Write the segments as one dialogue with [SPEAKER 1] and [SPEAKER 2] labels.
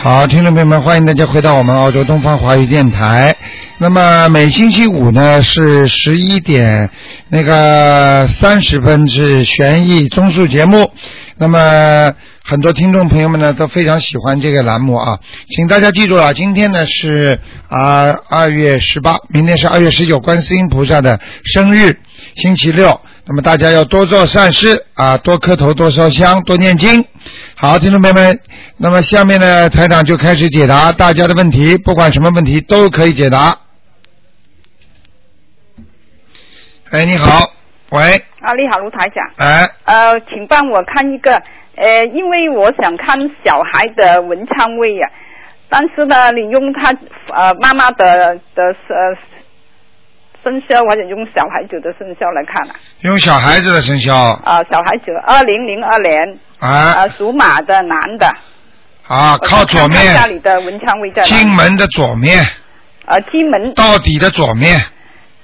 [SPEAKER 1] 好，听众朋友们，欢迎大家回到我们澳洲东方华语电台。那么每星期五呢是十一点那个三十分是悬疑综述节目。那么很多听众朋友们呢都非常喜欢这个栏目啊，请大家记住了，今天呢是啊二月十八，明天是二月十九，观世音菩萨的生日，星期六。那么大家要多做善事啊，多磕头，多烧香，多念经。好，听众朋友们，那么下面呢，台长就开始解答大家的问题，不管什么问题都可以解答。哎，你好，喂，
[SPEAKER 2] 啊，你好，卢台长。
[SPEAKER 1] 哎，
[SPEAKER 2] 呃，请帮我看一个，呃，因为我想看小孩的文昌位呀、但是呢，你用他呃妈妈的的呃生肖或者用小孩子的生肖来看啊，
[SPEAKER 1] 用小孩子的生肖，
[SPEAKER 2] 啊、小孩子二零零二年
[SPEAKER 1] 啊
[SPEAKER 2] 呃属马的男的，
[SPEAKER 1] 啊，
[SPEAKER 2] 我
[SPEAKER 1] 靠
[SPEAKER 2] 想
[SPEAKER 1] 左
[SPEAKER 2] 看看家
[SPEAKER 1] 面，
[SPEAKER 2] 里的文昌位在哪？
[SPEAKER 1] 金门的左面，
[SPEAKER 2] 呃，金门
[SPEAKER 1] 到底的左面，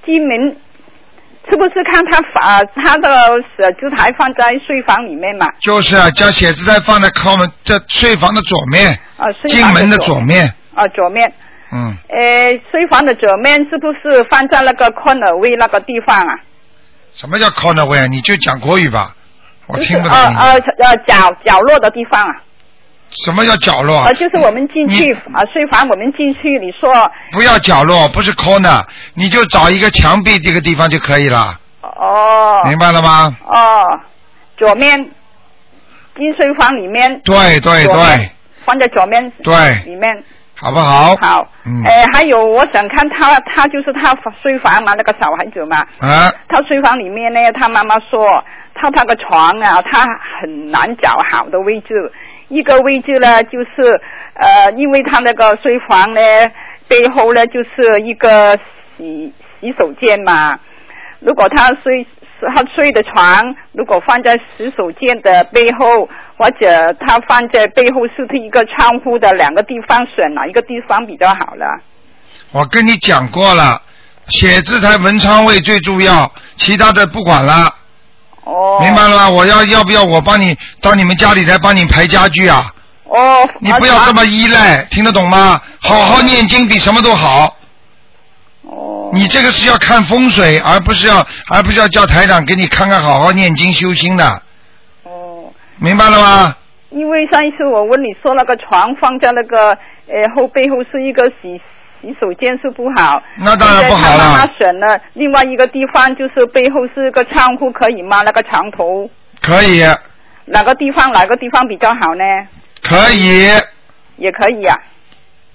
[SPEAKER 2] 金门。是不是看他法他的呃姿台放在睡房里面嘛？
[SPEAKER 1] 就是啊，将写字台放在靠门这睡房的左面，
[SPEAKER 2] 啊、睡
[SPEAKER 1] 进
[SPEAKER 2] 房
[SPEAKER 1] 门的
[SPEAKER 2] 的
[SPEAKER 1] 左面，
[SPEAKER 2] 啊、左面。
[SPEAKER 1] 嗯，
[SPEAKER 2] 呃，睡房的左面是不是放在那个 corner 位那个地方啊？
[SPEAKER 1] 什么叫 corner way 啊？你就讲国语吧，我
[SPEAKER 2] 就是
[SPEAKER 1] 听不懂
[SPEAKER 2] 呃
[SPEAKER 1] 你。
[SPEAKER 2] 呃呃角角落的地方啊，
[SPEAKER 1] 什么叫角落？
[SPEAKER 2] 呃就是我们进去啊、睡房我们进去，你说
[SPEAKER 1] 不要角落，不是 corner，你就找一个墙壁这个地方就可以了，
[SPEAKER 2] 哦
[SPEAKER 1] 明白了吗？
[SPEAKER 2] 哦，左面进睡房里面
[SPEAKER 1] 对对
[SPEAKER 2] 左
[SPEAKER 1] 对
[SPEAKER 2] 面放在左面
[SPEAKER 1] 对，
[SPEAKER 2] 里面
[SPEAKER 1] 好不好？
[SPEAKER 2] 好，
[SPEAKER 1] 嗯
[SPEAKER 2] 呃还有我想看他他就是他睡房嘛那个小孩子嘛，
[SPEAKER 1] 啊，
[SPEAKER 2] 他睡房里面呢，他妈妈说，他那个床啊，他很难找好的位置。一个位置呢，就是呃，因为他那个睡房呢，背后呢就是一个洗洗手间嘛。如果他睡他睡的床，如果放在洗手间的背后，或者他放在背后是一个窗户的两个地方，选哪一个地方比较好呢？
[SPEAKER 1] 我跟你讲过了，写字台文昌位最重要，其他的不管了，
[SPEAKER 2] 哦，
[SPEAKER 1] 明白了吗？我要要不要我帮你到你们家里来帮你排家具啊？
[SPEAKER 2] 哦，
[SPEAKER 1] 你不要这么依赖，听得懂吗？好好念经比什么都好。
[SPEAKER 2] 哦，
[SPEAKER 1] 你这个是要看风水，而不是要而不是要叫台长给你看看好好念经修心的，
[SPEAKER 2] 哦。
[SPEAKER 1] 明白了吗？
[SPEAKER 2] 因为上一次我问你说那个床放在那个呃后背后是一个洗洗手间是不好，
[SPEAKER 1] 那当然不好
[SPEAKER 2] 现在他妈
[SPEAKER 1] 了
[SPEAKER 2] 妈，选了另外一个地方，就是背后是个窗户，可以吗？那个床头
[SPEAKER 1] 可以，
[SPEAKER 2] 哪个地方哪个地方比较好呢？
[SPEAKER 1] 可以，
[SPEAKER 2] 也可以啊。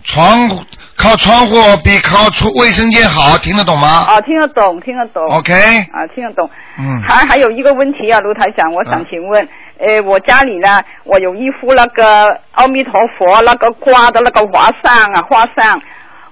[SPEAKER 1] 窗户靠窗户比靠出卫生间好，听得懂吗
[SPEAKER 2] 哦，听得懂，听得懂。
[SPEAKER 1] ？OK，
[SPEAKER 2] 啊，听得懂。
[SPEAKER 1] 嗯，
[SPEAKER 2] 还还有一个问题啊，卢台长，我
[SPEAKER 1] 啊
[SPEAKER 2] 想请问，呃，我家里呢，我有一幅那个阿弥陀佛那个挂的那个画像啊，画像，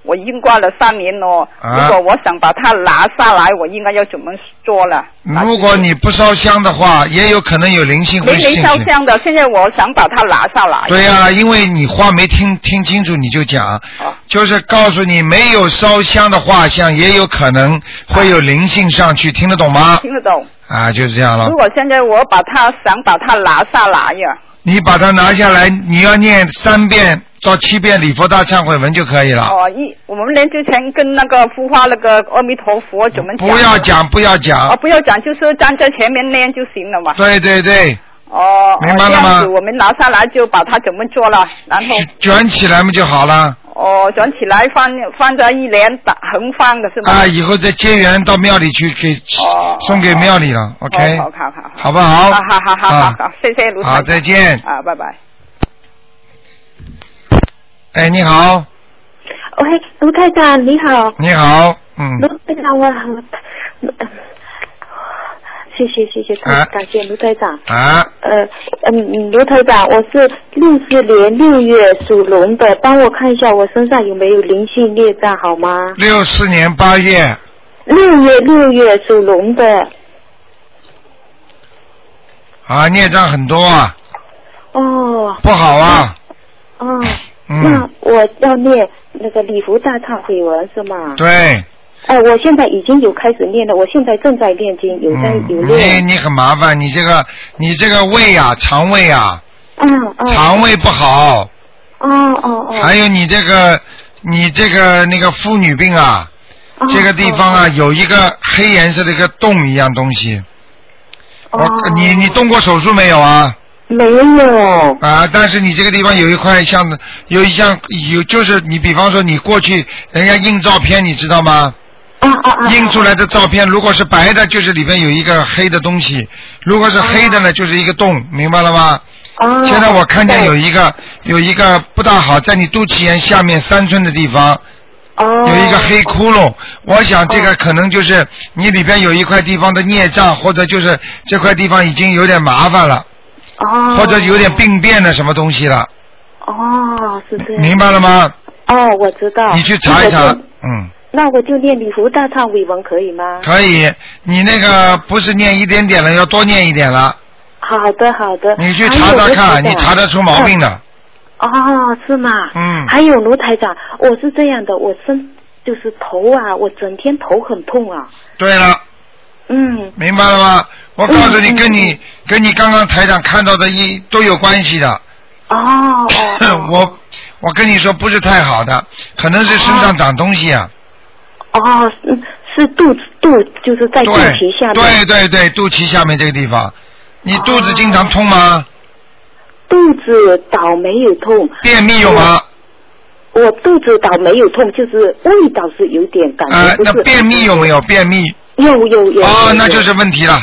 [SPEAKER 2] 我已经挂了三年了。
[SPEAKER 1] 啊
[SPEAKER 2] 如果我想把它拿下来，我应该要怎么做呢？啊
[SPEAKER 1] 如果你不烧香的话，也有可能有灵性会
[SPEAKER 2] 没没
[SPEAKER 1] 进
[SPEAKER 2] 烧
[SPEAKER 1] 去。
[SPEAKER 2] 香的，现在我想把它拿下来。
[SPEAKER 1] 对呀、因为你话没听听清楚，你就讲，
[SPEAKER 2] 哦
[SPEAKER 1] 就是告诉你没有烧香的画像，也有可能会有灵性上去，听得懂吗？
[SPEAKER 2] 听得懂。
[SPEAKER 1] 啊，就是这样了
[SPEAKER 2] 如。果现在我把它想把它拿下来呀、
[SPEAKER 1] 你把它拿下来，你要念三遍到七遍礼佛大忏悔文就可以了。
[SPEAKER 2] 哦，一我们连之前跟那个孵化那个阿弥陀佛怎么讲？
[SPEAKER 1] 不要讲，不要
[SPEAKER 2] 哦，
[SPEAKER 1] 讲。
[SPEAKER 2] 不要讲，就是站在前面念就行了嘛。
[SPEAKER 1] 啊对对对，
[SPEAKER 2] 哦，
[SPEAKER 1] 明白
[SPEAKER 2] 哦
[SPEAKER 1] 了
[SPEAKER 2] 这
[SPEAKER 1] 吗
[SPEAKER 2] 样子我们拿下来就把它怎么做了，然后
[SPEAKER 1] 卷卷起来嘛就好了。
[SPEAKER 2] 哦转起来放放在一连打横放的是吗？
[SPEAKER 1] 啊，以后再结缘到庙里去给
[SPEAKER 2] 嗯哦
[SPEAKER 1] 送给庙里了。OK，
[SPEAKER 2] 好好好好，
[SPEAKER 1] 好不好？
[SPEAKER 2] 好好好好好
[SPEAKER 1] 啊
[SPEAKER 2] 好，谢谢卢
[SPEAKER 1] 好，
[SPEAKER 2] 台长
[SPEAKER 1] 再见。
[SPEAKER 2] 啊，拜拜。
[SPEAKER 1] 哎，你好，
[SPEAKER 3] 喂，卢台长你好，
[SPEAKER 1] 你好，嗯
[SPEAKER 3] 卢，台长我好，卢呃谢谢谢谢，
[SPEAKER 1] 啊
[SPEAKER 3] 感谢卢台长。
[SPEAKER 1] 啊，
[SPEAKER 3] 呃，嗯，嗯卢台长，我是六四年六月属龙的，帮我看一下我身上有没有灵性孽障好吗？
[SPEAKER 1] 六四年八月，
[SPEAKER 3] 六月六月属龙的，
[SPEAKER 1] 啊，孽障很多啊，
[SPEAKER 3] 哦
[SPEAKER 1] 不好啊，
[SPEAKER 3] 哦，那
[SPEAKER 1] 嗯，
[SPEAKER 3] 我要念那个礼佛大忏悔文是吗？
[SPEAKER 1] 对，
[SPEAKER 3] 哎，我现在已经有开始念了，我现在正在念经，有在
[SPEAKER 1] 嗯，
[SPEAKER 3] 有
[SPEAKER 1] 你
[SPEAKER 3] 念，
[SPEAKER 1] 你很麻烦，你这个你这个胃啊，肠胃啊，
[SPEAKER 3] 嗯嗯，
[SPEAKER 1] 肠胃不好，
[SPEAKER 3] 哦哦哦。
[SPEAKER 1] 还有你这个你这个那个妇女病啊，
[SPEAKER 3] 哦
[SPEAKER 1] 这个地方
[SPEAKER 3] 哦
[SPEAKER 1] 啊有一个黑颜色的一个洞一样东西。
[SPEAKER 3] 哦
[SPEAKER 1] 我你你动过手术没有啊？
[SPEAKER 3] 没有。
[SPEAKER 1] 啊，但是你这个地方有一块像有一项有就是你比方说你过去人家印照片你知道吗？
[SPEAKER 3] 啊啊啊！
[SPEAKER 1] 印出来的照片如果是白的，就是里边有一个黑的东西；如果是黑的呢，就是一个洞，明白了吗？
[SPEAKER 3] 啊。
[SPEAKER 1] 现在我看见有
[SPEAKER 3] 对
[SPEAKER 1] 一个有一个不大好，在你肚脐眼下面三寸的地方
[SPEAKER 3] 哦
[SPEAKER 1] 有一个黑窟窿，我想这个可能就是你里边有一块地方的孽
[SPEAKER 3] 嗯
[SPEAKER 1] 障，或者就是这块地方已经有点麻烦了，
[SPEAKER 3] 哦，
[SPEAKER 1] 或者有点病变的什么东西了，
[SPEAKER 3] 哦，是这样。
[SPEAKER 1] 明白了吗？
[SPEAKER 3] 哦，我知道。
[SPEAKER 1] 你去查一
[SPEAKER 3] 那
[SPEAKER 1] 查
[SPEAKER 3] 我就，
[SPEAKER 1] 嗯，
[SPEAKER 3] 那我就念礼佛大忏悔文可以吗？
[SPEAKER 1] 可以。你那个不是念一点点了，要多念一点了。
[SPEAKER 3] 好的，好的。
[SPEAKER 1] 你去查
[SPEAKER 3] 哎
[SPEAKER 1] 查看，你查得出毛病
[SPEAKER 3] 的。
[SPEAKER 1] 的。
[SPEAKER 3] 哦，是吗？
[SPEAKER 1] 嗯
[SPEAKER 3] 还有卢台长，我是这样的，我身就是头啊，我整天头很痛啊。
[SPEAKER 1] 对了，
[SPEAKER 3] 嗯。
[SPEAKER 1] 明白了吗？我告诉你，
[SPEAKER 3] 嗯嗯
[SPEAKER 1] 跟你跟你刚刚台长看到的一都有关系的。
[SPEAKER 3] 哦哦 哦。
[SPEAKER 1] 我我跟你说不是太好的，可能是身上长东西啊。
[SPEAKER 3] 哦，嗯是肚子肚，就是在肚
[SPEAKER 1] 对
[SPEAKER 3] 脐下面。
[SPEAKER 1] 对对对，肚脐下面这个地方，你肚子经常痛
[SPEAKER 3] 哦
[SPEAKER 1] 吗？
[SPEAKER 3] 肚子倒没有痛，
[SPEAKER 1] 便秘有吗？
[SPEAKER 3] 我肚子倒没有痛，就是胃倒是有点感
[SPEAKER 1] 呃
[SPEAKER 3] 觉，不是。
[SPEAKER 1] 那便秘有没有？便秘
[SPEAKER 3] 有有有。
[SPEAKER 1] 哦
[SPEAKER 3] 有，
[SPEAKER 1] 那就
[SPEAKER 3] 有
[SPEAKER 1] 是问题了。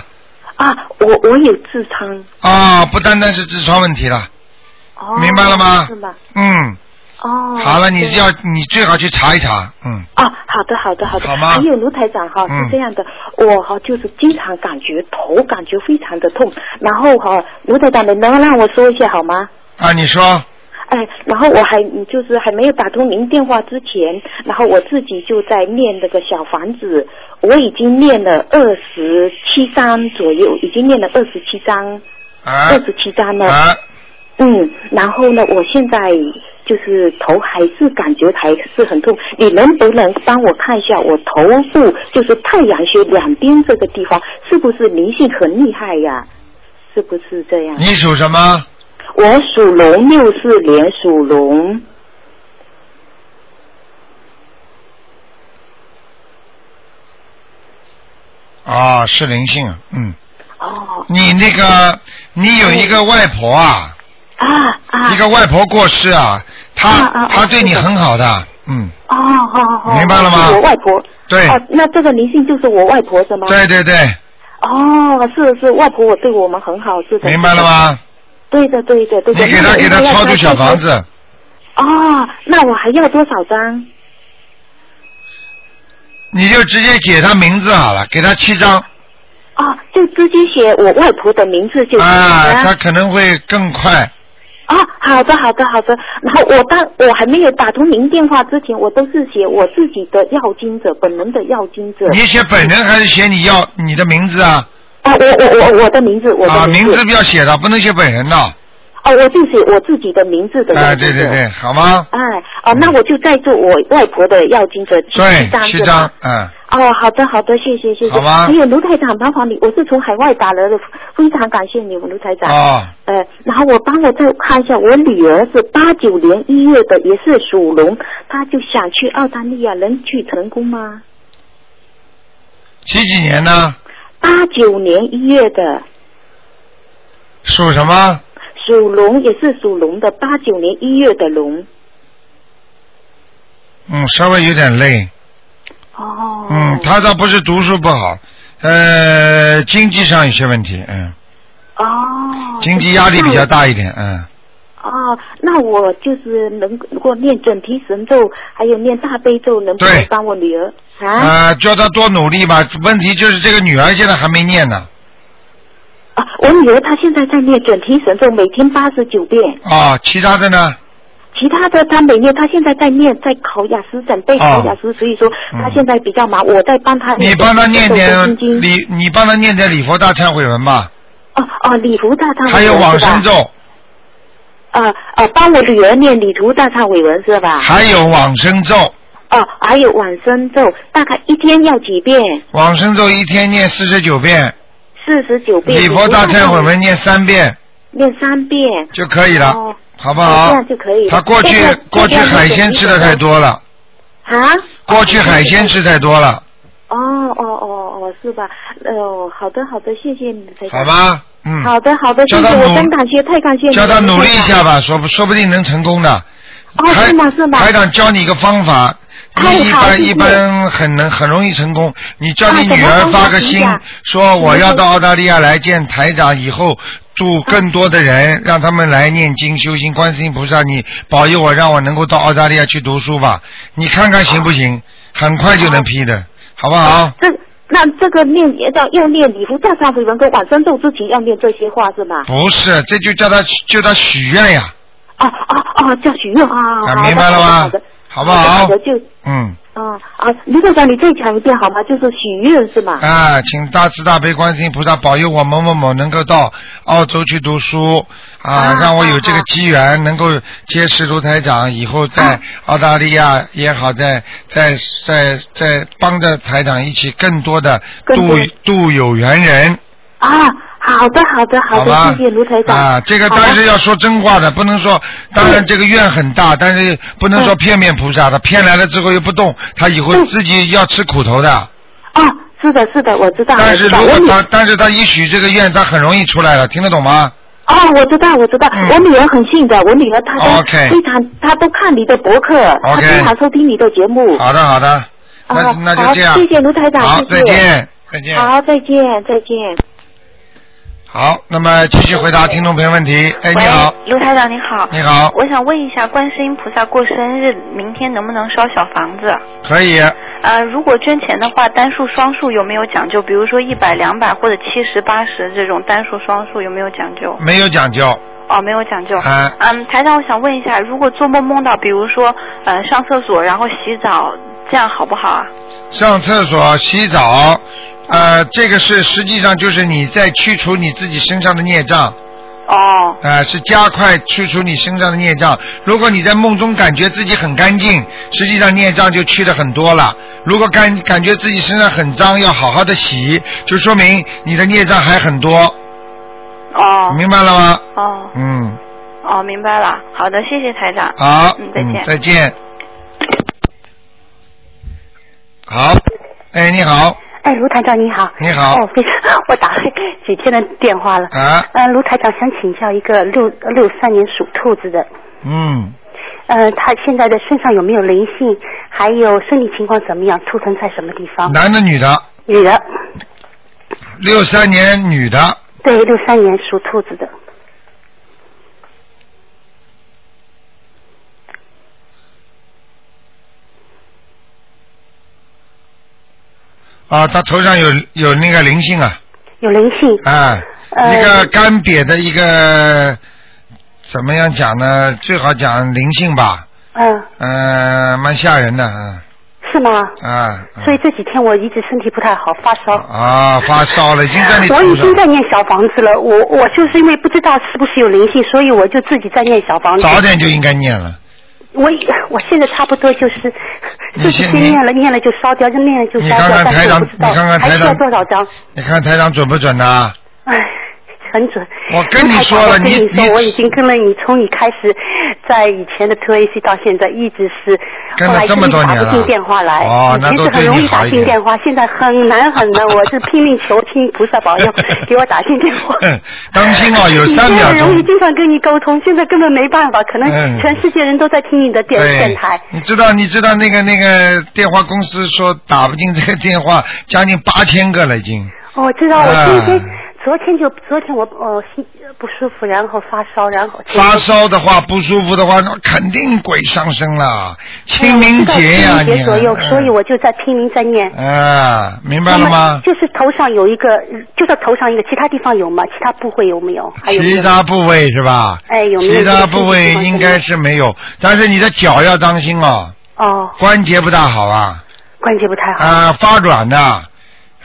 [SPEAKER 3] 啊，我我有痔疮。
[SPEAKER 1] 啊、不单单是痔疮问题了，
[SPEAKER 3] 哦。
[SPEAKER 1] 明白了吗
[SPEAKER 3] 是吗？？
[SPEAKER 1] 嗯，
[SPEAKER 3] 哦。
[SPEAKER 1] 好了，
[SPEAKER 3] 这
[SPEAKER 1] 你
[SPEAKER 3] 样
[SPEAKER 1] 要你最好去查一查，嗯，
[SPEAKER 3] 啊，好的，好的，好的。
[SPEAKER 1] 好吗
[SPEAKER 3] 还有卢台长哈，
[SPEAKER 1] 嗯
[SPEAKER 3] 是这样的，我哈就是经常感觉头感觉非常的痛，然后哈，卢台长，你能让我说一下好吗？
[SPEAKER 1] 啊，你说，
[SPEAKER 3] 哎，然后我还嗯就是还没有打通您电话之前，然后我自己就在念那个小房子，我已经念了二十七章左右，已经念了二十七章，
[SPEAKER 1] 啊
[SPEAKER 3] 二十七章了。
[SPEAKER 1] 啊，
[SPEAKER 3] 嗯，然后呢，我现在就是头还是感觉还是很痛，你能不能帮我看一下我头部就是太阳穴两边这个地方是不是灵性很厉害呀？是不是这样？
[SPEAKER 1] 你属什么？
[SPEAKER 3] 我属龙，六四年属龙。
[SPEAKER 1] 啊、是灵性啊，嗯，
[SPEAKER 3] 哦
[SPEAKER 1] 你那个，你有一个外婆啊，
[SPEAKER 3] 啊啊！
[SPEAKER 1] 一个外婆过世啊，
[SPEAKER 3] 啊
[SPEAKER 1] 她
[SPEAKER 3] 啊啊
[SPEAKER 1] 她对你很好的，嗯，
[SPEAKER 3] 哦，好好好，
[SPEAKER 1] 明白了吗
[SPEAKER 3] 是我外婆。
[SPEAKER 1] 对
[SPEAKER 3] 哦，那这个灵性就是我外婆是吗？。
[SPEAKER 1] 对对对，
[SPEAKER 3] 哦，是是，外婆我对我们很好，是的。
[SPEAKER 1] 明白了？吗？
[SPEAKER 3] 对的，对的，对
[SPEAKER 1] 你
[SPEAKER 3] 的。
[SPEAKER 1] 给她
[SPEAKER 3] 那我
[SPEAKER 1] 给她
[SPEAKER 3] 应该要
[SPEAKER 1] 超度
[SPEAKER 3] 她
[SPEAKER 1] 小
[SPEAKER 3] 多
[SPEAKER 1] 房子，
[SPEAKER 3] 哦，那我还要多少张？
[SPEAKER 1] 你就直接写她名字好了，给她七张，
[SPEAKER 3] 哦，就直接写我外婆的名字就行
[SPEAKER 1] 啊，
[SPEAKER 3] 了
[SPEAKER 1] 她可能会更快，
[SPEAKER 3] 哦，好的，好的，好的。然后我当我还没有打通您电话之前，我都是写我自己的要经者，本人的要经者。
[SPEAKER 1] 你写本人还是写你要你的名字啊？
[SPEAKER 3] 啊，我我我我的名字，我
[SPEAKER 1] 啊，
[SPEAKER 3] 的
[SPEAKER 1] 名
[SPEAKER 3] 字
[SPEAKER 1] 字。不要写的，不能写本人的。
[SPEAKER 3] 哦，我就写我自己的名字的要
[SPEAKER 1] 哎，
[SPEAKER 3] 经
[SPEAKER 1] 对对
[SPEAKER 3] 者。
[SPEAKER 1] 对，好吗？
[SPEAKER 3] 哎，哦，那我就再做我外婆的要经者七
[SPEAKER 1] 对，
[SPEAKER 3] 张，
[SPEAKER 1] 七
[SPEAKER 3] 是
[SPEAKER 1] 张
[SPEAKER 3] 吧，
[SPEAKER 1] 嗯，
[SPEAKER 3] 哦，好的，好的，谢谢，谢谢。
[SPEAKER 1] 好吧
[SPEAKER 3] 还有卢台长，麻烦你，我是从海外打来的，非常感谢你，卢台长。
[SPEAKER 1] 哦，
[SPEAKER 3] 呃，然后我帮我再看一下，我女儿是八九年一月的，也是属龙，她就想去澳大利亚，能去成功吗？
[SPEAKER 1] 几几年呢？
[SPEAKER 3] 八九年一月的
[SPEAKER 1] 属什么？
[SPEAKER 3] 属龙，也是属龙的，八九年一月的龙。
[SPEAKER 1] 嗯，稍微有点累。
[SPEAKER 3] 哦。
[SPEAKER 1] 嗯，他倒不是读书不好，呃，经济上有些问题，嗯，
[SPEAKER 3] 哦。
[SPEAKER 1] 经济压力比较大一点，嗯，
[SPEAKER 3] 哦，那我就是能，如果念准提神咒，还有念大悲咒，能不
[SPEAKER 1] 对
[SPEAKER 3] 能帮我女儿啊？
[SPEAKER 1] 啊，叫他多努力吧。问题就是这个女儿现在还没念呢，
[SPEAKER 3] 啊，我女儿她现在在念准提神咒，每天八十九遍，
[SPEAKER 1] 啊，其他的呢？
[SPEAKER 3] 其他的她每念，她现在在念，在考雅思，准备考雅思，所以说她现在比较忙，我在帮她
[SPEAKER 1] 哦嗯你
[SPEAKER 3] 念
[SPEAKER 1] 帮他念点
[SPEAKER 3] 准提神咒跟心经
[SPEAKER 1] 礼，你帮他念点礼佛大忏悔文吧，
[SPEAKER 3] 哦哦，礼服大
[SPEAKER 4] 啊
[SPEAKER 3] 忏悔文
[SPEAKER 1] 还有往生
[SPEAKER 3] 是吧
[SPEAKER 1] 咒，
[SPEAKER 3] 啊啊，帮我女儿念礼服大忏悔文是吧？
[SPEAKER 1] 还有往生咒，
[SPEAKER 3] 哦，还有往生咒，大概一天要几遍？
[SPEAKER 1] 往生咒一天念四十九遍，
[SPEAKER 3] 四十九遍。
[SPEAKER 1] 礼佛大忏悔文念三遍
[SPEAKER 3] 念三遍。
[SPEAKER 1] 就可以了。
[SPEAKER 3] 哦
[SPEAKER 1] 好不好？
[SPEAKER 4] 这样就可以了
[SPEAKER 1] 他过去
[SPEAKER 4] 这样
[SPEAKER 1] 过去
[SPEAKER 4] 这样就
[SPEAKER 1] 海鲜吃的太多了，
[SPEAKER 4] 啊？
[SPEAKER 1] 过去海鲜吃太多了，
[SPEAKER 4] 哦哦哦哦，是吧？哦，好的好的，谢谢你，台长
[SPEAKER 1] 好？吧？嗯，
[SPEAKER 4] 好的好的，谢
[SPEAKER 1] 叫他
[SPEAKER 4] 谢，我
[SPEAKER 1] 努
[SPEAKER 4] 真感谢，太感谢你了。
[SPEAKER 1] 叫他努力一
[SPEAKER 4] 台
[SPEAKER 1] 下吧，说不说不定能成功的。
[SPEAKER 4] 长。哦，
[SPEAKER 1] 台
[SPEAKER 4] 是吗是吗？
[SPEAKER 1] 台长教你一个方法，
[SPEAKER 4] 太
[SPEAKER 1] 你一
[SPEAKER 4] 好谢
[SPEAKER 1] 般
[SPEAKER 4] 谢
[SPEAKER 1] 一般很能很容易成功。你叫你
[SPEAKER 4] 啊怎
[SPEAKER 1] 女
[SPEAKER 4] 么
[SPEAKER 1] 儿
[SPEAKER 4] 方法
[SPEAKER 1] 发个
[SPEAKER 4] 请
[SPEAKER 1] 心
[SPEAKER 4] 讲，
[SPEAKER 1] 说我要
[SPEAKER 4] 嗯
[SPEAKER 1] 到澳大利亚来见台长，以后度更多的人，让他们来念经修行。观世音菩萨，你保佑我，让我能够到澳大利亚去读书吧。你看看行不行？很快就能批的，好不好？
[SPEAKER 4] 这那这个念要要念礼佛大忏悔文跟往生咒之前要念这些话是吧？
[SPEAKER 1] 不是，这就叫他就他许愿呀，
[SPEAKER 4] 哦哦哦，叫许愿啊！好
[SPEAKER 1] 啊，
[SPEAKER 4] 的
[SPEAKER 1] 明白了
[SPEAKER 4] 好
[SPEAKER 1] 吗
[SPEAKER 4] 的？好
[SPEAKER 1] 好
[SPEAKER 4] 的好
[SPEAKER 1] 不
[SPEAKER 4] 的
[SPEAKER 1] 好
[SPEAKER 4] 好的？就
[SPEAKER 1] 嗯。
[SPEAKER 4] 啊啊，卢队长，你再讲一遍好吗？就是许愿是吗？
[SPEAKER 1] 啊，请大慈大悲观世音菩萨保佑我某某某能够到澳洲去读书啊，
[SPEAKER 4] 啊
[SPEAKER 1] 让我有这个
[SPEAKER 4] 啊
[SPEAKER 1] 机缘能够结识卢台长，以后在
[SPEAKER 4] 啊
[SPEAKER 1] 澳大利亚也好，在在在在帮着台长一起更多的
[SPEAKER 4] 更
[SPEAKER 1] 度
[SPEAKER 4] 多
[SPEAKER 1] 度有缘人，
[SPEAKER 4] 啊，好的好的好
[SPEAKER 1] 吧？
[SPEAKER 4] 的，谢谢卢台长。
[SPEAKER 1] 啊，这个
[SPEAKER 4] 好的
[SPEAKER 1] 但是要说真话的，不能说，当然
[SPEAKER 4] 嗯
[SPEAKER 1] 这个愿很大，但是不能说
[SPEAKER 4] 嗯
[SPEAKER 1] 骗骗菩萨，他骗来了之后又不动，他以后
[SPEAKER 4] 嗯
[SPEAKER 1] 自己要吃苦头的。
[SPEAKER 4] 啊，是的是的，我知道。
[SPEAKER 1] 但是
[SPEAKER 4] 我知道
[SPEAKER 1] 如果
[SPEAKER 4] 我女
[SPEAKER 1] 他，但是他一许这个愿，他很容易出来了，听得懂吗？
[SPEAKER 4] 哦，我知道，我知道，
[SPEAKER 1] 嗯
[SPEAKER 4] 我女儿很信的，我女儿她都
[SPEAKER 1] OK
[SPEAKER 4] 非常，她都看你的博客她
[SPEAKER 1] OK
[SPEAKER 4] 经常收听你的节目。
[SPEAKER 1] 好的，好的，那、
[SPEAKER 4] 啊
[SPEAKER 1] 那就
[SPEAKER 4] 嗯好
[SPEAKER 1] 这样。
[SPEAKER 4] 谢谢卢台长
[SPEAKER 1] 好，
[SPEAKER 4] 谢
[SPEAKER 1] 再
[SPEAKER 4] 谢
[SPEAKER 1] 见，再见。
[SPEAKER 4] 好，再见再见。
[SPEAKER 1] 好，那么继续回答听众朋友问题。哎，你
[SPEAKER 5] 喂
[SPEAKER 1] 好，，
[SPEAKER 5] 卢台长你好。
[SPEAKER 1] 你好，
[SPEAKER 5] 我想问一下，观世音菩萨过生日，明天能不能烧小房子？
[SPEAKER 1] 可以，
[SPEAKER 5] 呃，如果捐钱的话，单数双数有没有讲究？比如说一百、两百或者七十、八十这种单数双数有没有讲究？
[SPEAKER 1] 没有讲究，
[SPEAKER 5] 哦，没有讲究。
[SPEAKER 1] 啊
[SPEAKER 5] 嗯，台长，我想问一下，如果做梦梦到，比如说呃上厕所然后洗澡，这样好不好啊？
[SPEAKER 1] 上厕所、洗澡，呃，这个是实际上就是你在去除你自己身上的孽障，
[SPEAKER 5] 哦，
[SPEAKER 1] 呃，是加快去除你身上的孽障。如果你在梦中感觉自己很干净，实际上孽障就去的很多了。如果感感觉自己身上很脏，要好好的洗，就说明你的孽障还很多，
[SPEAKER 5] 哦，
[SPEAKER 1] 明白了吗？
[SPEAKER 5] 哦，
[SPEAKER 1] 嗯，
[SPEAKER 5] 哦，明白了。好的，谢谢台
[SPEAKER 2] 啊
[SPEAKER 5] 长。
[SPEAKER 1] 好，
[SPEAKER 5] 嗯再见
[SPEAKER 1] 再见。好，哎，你好，
[SPEAKER 3] 哎，卢台长你好。
[SPEAKER 1] 你好
[SPEAKER 3] 哦，非常，我打了几天的电话了。
[SPEAKER 1] 啊，
[SPEAKER 3] 呃，卢台长想请教一个六六三年属兔子的，
[SPEAKER 1] 嗯，
[SPEAKER 3] 呃，他现在的身上有没有灵性？还有身体情况怎么样？图腾在什么地方？
[SPEAKER 1] 男的女的，
[SPEAKER 3] 女的，
[SPEAKER 1] 六三年女的，
[SPEAKER 3] 对，六三年属兔子的。
[SPEAKER 1] 啊，她头上有有那个灵性啊，
[SPEAKER 3] 有灵性，
[SPEAKER 1] 啊，
[SPEAKER 3] 呃
[SPEAKER 1] 一个干瘪的一个，怎么样讲呢？最好讲灵性吧，
[SPEAKER 3] 嗯、
[SPEAKER 1] 呃，蛮吓人的啊
[SPEAKER 3] 是吗？
[SPEAKER 1] 啊。
[SPEAKER 3] 所以这几天我一直身体不太好，发烧。
[SPEAKER 1] 啊，发烧了，已经在你头
[SPEAKER 3] 我已
[SPEAKER 1] 上
[SPEAKER 3] 经，在念小房子了，我我就是因为不知道是不是有灵性，所以我就自己在念小房子。
[SPEAKER 1] 早点就应该念了。
[SPEAKER 3] 我我现在差不多就是，
[SPEAKER 1] 你
[SPEAKER 3] 就是
[SPEAKER 1] 先
[SPEAKER 3] 先
[SPEAKER 1] 你
[SPEAKER 3] 念了念了就烧掉，就念了就
[SPEAKER 1] 你
[SPEAKER 3] 烧掉
[SPEAKER 1] 看，看
[SPEAKER 3] 但
[SPEAKER 1] 台
[SPEAKER 3] 是我
[SPEAKER 1] 长
[SPEAKER 3] 不
[SPEAKER 1] 你
[SPEAKER 3] 知道
[SPEAKER 1] 看看
[SPEAKER 3] 还
[SPEAKER 1] 台
[SPEAKER 3] 需要
[SPEAKER 1] 长
[SPEAKER 3] 多少张，
[SPEAKER 1] 你看台长准不准啊呐、
[SPEAKER 3] 唉，很准。
[SPEAKER 1] 我跟你
[SPEAKER 3] 卢台长
[SPEAKER 1] 说了
[SPEAKER 3] 我跟
[SPEAKER 1] 你
[SPEAKER 3] 你
[SPEAKER 1] 你
[SPEAKER 3] 说，我已经跟了你，从你开始，在以前的 TAC 到现在，一直是，
[SPEAKER 1] 跟了
[SPEAKER 3] 后来一
[SPEAKER 1] 这么
[SPEAKER 3] 直
[SPEAKER 1] 多
[SPEAKER 3] 打
[SPEAKER 1] 年
[SPEAKER 3] 不进
[SPEAKER 1] 了
[SPEAKER 3] 电话来，
[SPEAKER 1] 哦
[SPEAKER 3] 以
[SPEAKER 1] 那
[SPEAKER 3] 前
[SPEAKER 1] 都
[SPEAKER 3] 是很
[SPEAKER 1] 对
[SPEAKER 3] 容
[SPEAKER 1] 你
[SPEAKER 3] 易
[SPEAKER 1] 好
[SPEAKER 3] 打
[SPEAKER 1] 一
[SPEAKER 3] 进
[SPEAKER 1] 点。
[SPEAKER 3] 电话，现在很难很难，我是拼命求请菩萨保佑给我打进电话
[SPEAKER 1] 当心哦有
[SPEAKER 3] 以
[SPEAKER 1] 三
[SPEAKER 3] 前
[SPEAKER 1] 秒
[SPEAKER 3] 很容易
[SPEAKER 1] 钟
[SPEAKER 3] 经常跟你沟通，现在根本没办法，可能
[SPEAKER 1] 嗯
[SPEAKER 3] 全世界人都在听你的电电
[SPEAKER 1] 对
[SPEAKER 3] 台。，
[SPEAKER 1] 你知道你知道那个那个电话公司说打不进这个电话，将近八千个了已经。
[SPEAKER 3] 哦我知道，我今天、
[SPEAKER 1] 啊
[SPEAKER 3] 昨天就昨天我呃心不舒服，然后发烧，然后
[SPEAKER 1] 发烧的话，不舒服的话，那肯定鬼上身了。清明节呀、
[SPEAKER 3] 我哎知道清明
[SPEAKER 1] 你
[SPEAKER 3] 节左右，
[SPEAKER 1] 嗯
[SPEAKER 3] 所以我就在拼命在念。
[SPEAKER 1] 啊，明白
[SPEAKER 3] 那
[SPEAKER 1] 了
[SPEAKER 3] 么
[SPEAKER 1] 吗？
[SPEAKER 3] 就是头上有一个，就在头上一个，其他地方有吗？其他部位有没有？还有没有
[SPEAKER 1] 其他部位是吧？
[SPEAKER 3] 哎有没有
[SPEAKER 1] 其他
[SPEAKER 3] 这个
[SPEAKER 1] 部位
[SPEAKER 3] 身体
[SPEAKER 1] 应
[SPEAKER 3] 情况
[SPEAKER 1] 该是没有，但是你的脚要当心哦，
[SPEAKER 3] 哦，
[SPEAKER 1] 关节不大好啊，
[SPEAKER 3] 关节不太好，
[SPEAKER 1] 啊，发软的、
[SPEAKER 3] 哎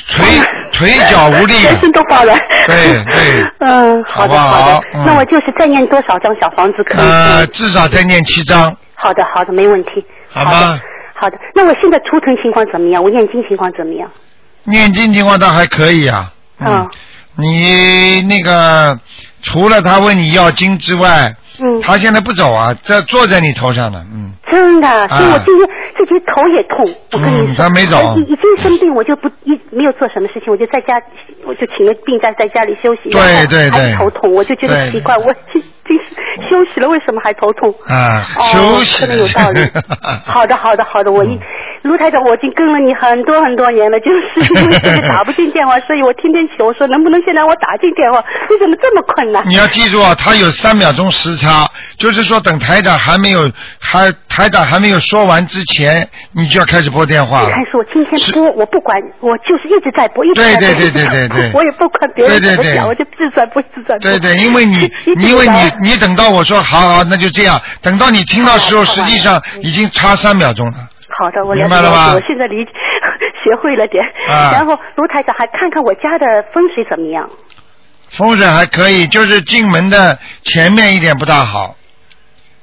[SPEAKER 1] 腿腿脚无力
[SPEAKER 3] 全身都发软。
[SPEAKER 1] 对对
[SPEAKER 3] 嗯，好
[SPEAKER 1] 好
[SPEAKER 3] 的
[SPEAKER 1] 不好
[SPEAKER 3] 好的，
[SPEAKER 1] 嗯
[SPEAKER 3] 那我就是再念多少张小房子可以？
[SPEAKER 1] 呃，至少再念七章，
[SPEAKER 3] 好的好的，没问题。
[SPEAKER 1] 好
[SPEAKER 3] 好
[SPEAKER 1] 吗
[SPEAKER 3] 的？好的，那我现在图腾情况怎么样？我念经情况怎么样？
[SPEAKER 1] 念经情况倒还可以啊。嗯。
[SPEAKER 3] 嗯
[SPEAKER 1] 你那个除了他问你要经之外，
[SPEAKER 3] 嗯
[SPEAKER 1] 他现在不走啊，这坐在你头上呢，嗯，
[SPEAKER 3] 真的，所以我
[SPEAKER 1] 啊
[SPEAKER 3] 最近最近头也痛，我跟你
[SPEAKER 1] 嗯
[SPEAKER 3] 说，
[SPEAKER 1] 他没走
[SPEAKER 3] 我已已经生病，我就不一没有做什么事情，我就在家，我就请了病假，在家里休息。
[SPEAKER 1] 对
[SPEAKER 3] 然后
[SPEAKER 1] 对
[SPEAKER 3] 还
[SPEAKER 1] 对
[SPEAKER 3] 头痛，我就觉得
[SPEAKER 1] 对
[SPEAKER 3] 奇怪，我这这休息了，为什么还头痛？
[SPEAKER 1] 啊，
[SPEAKER 3] 哦
[SPEAKER 1] 休息。
[SPEAKER 3] 说的有道理
[SPEAKER 1] 嗯
[SPEAKER 3] 好的，好的，好的，我一。卢台长，我已经跟了你很多很多年了，就是因为这个打不进电话，所以我天天求说能不能先让我打进电话？为什么这么困难？
[SPEAKER 1] 你要记住啊，他有三秒钟时差，就是说等台长还没有还台长还没有说完之前，你就要开始拨电话
[SPEAKER 3] 你
[SPEAKER 1] 了。
[SPEAKER 3] 看，是我今天
[SPEAKER 1] 是
[SPEAKER 3] 播，我不管，我就是一直在播，一直在播，
[SPEAKER 1] 对对
[SPEAKER 3] 一直在播
[SPEAKER 1] 对对对对
[SPEAKER 3] 我也不管别人
[SPEAKER 1] 对对
[SPEAKER 3] 怎么
[SPEAKER 1] 对
[SPEAKER 3] 讲，我就自转播自转播。
[SPEAKER 1] 对对，因为 你
[SPEAKER 3] 一
[SPEAKER 1] 你
[SPEAKER 3] 直
[SPEAKER 1] 因为
[SPEAKER 3] 在
[SPEAKER 1] 你你等到我说好好，那就这样，等到你听到时候，
[SPEAKER 3] 好
[SPEAKER 1] 实
[SPEAKER 3] 吧
[SPEAKER 1] 际上已经差三秒钟了。
[SPEAKER 3] 好的，我了
[SPEAKER 1] 明
[SPEAKER 3] 解
[SPEAKER 1] 白了吧
[SPEAKER 3] 解， 我现在理学会了点。
[SPEAKER 1] 啊
[SPEAKER 3] 然后卢台长还看看我家的风水怎么样。
[SPEAKER 1] 风水还可以，就是进门的前面一点不大好，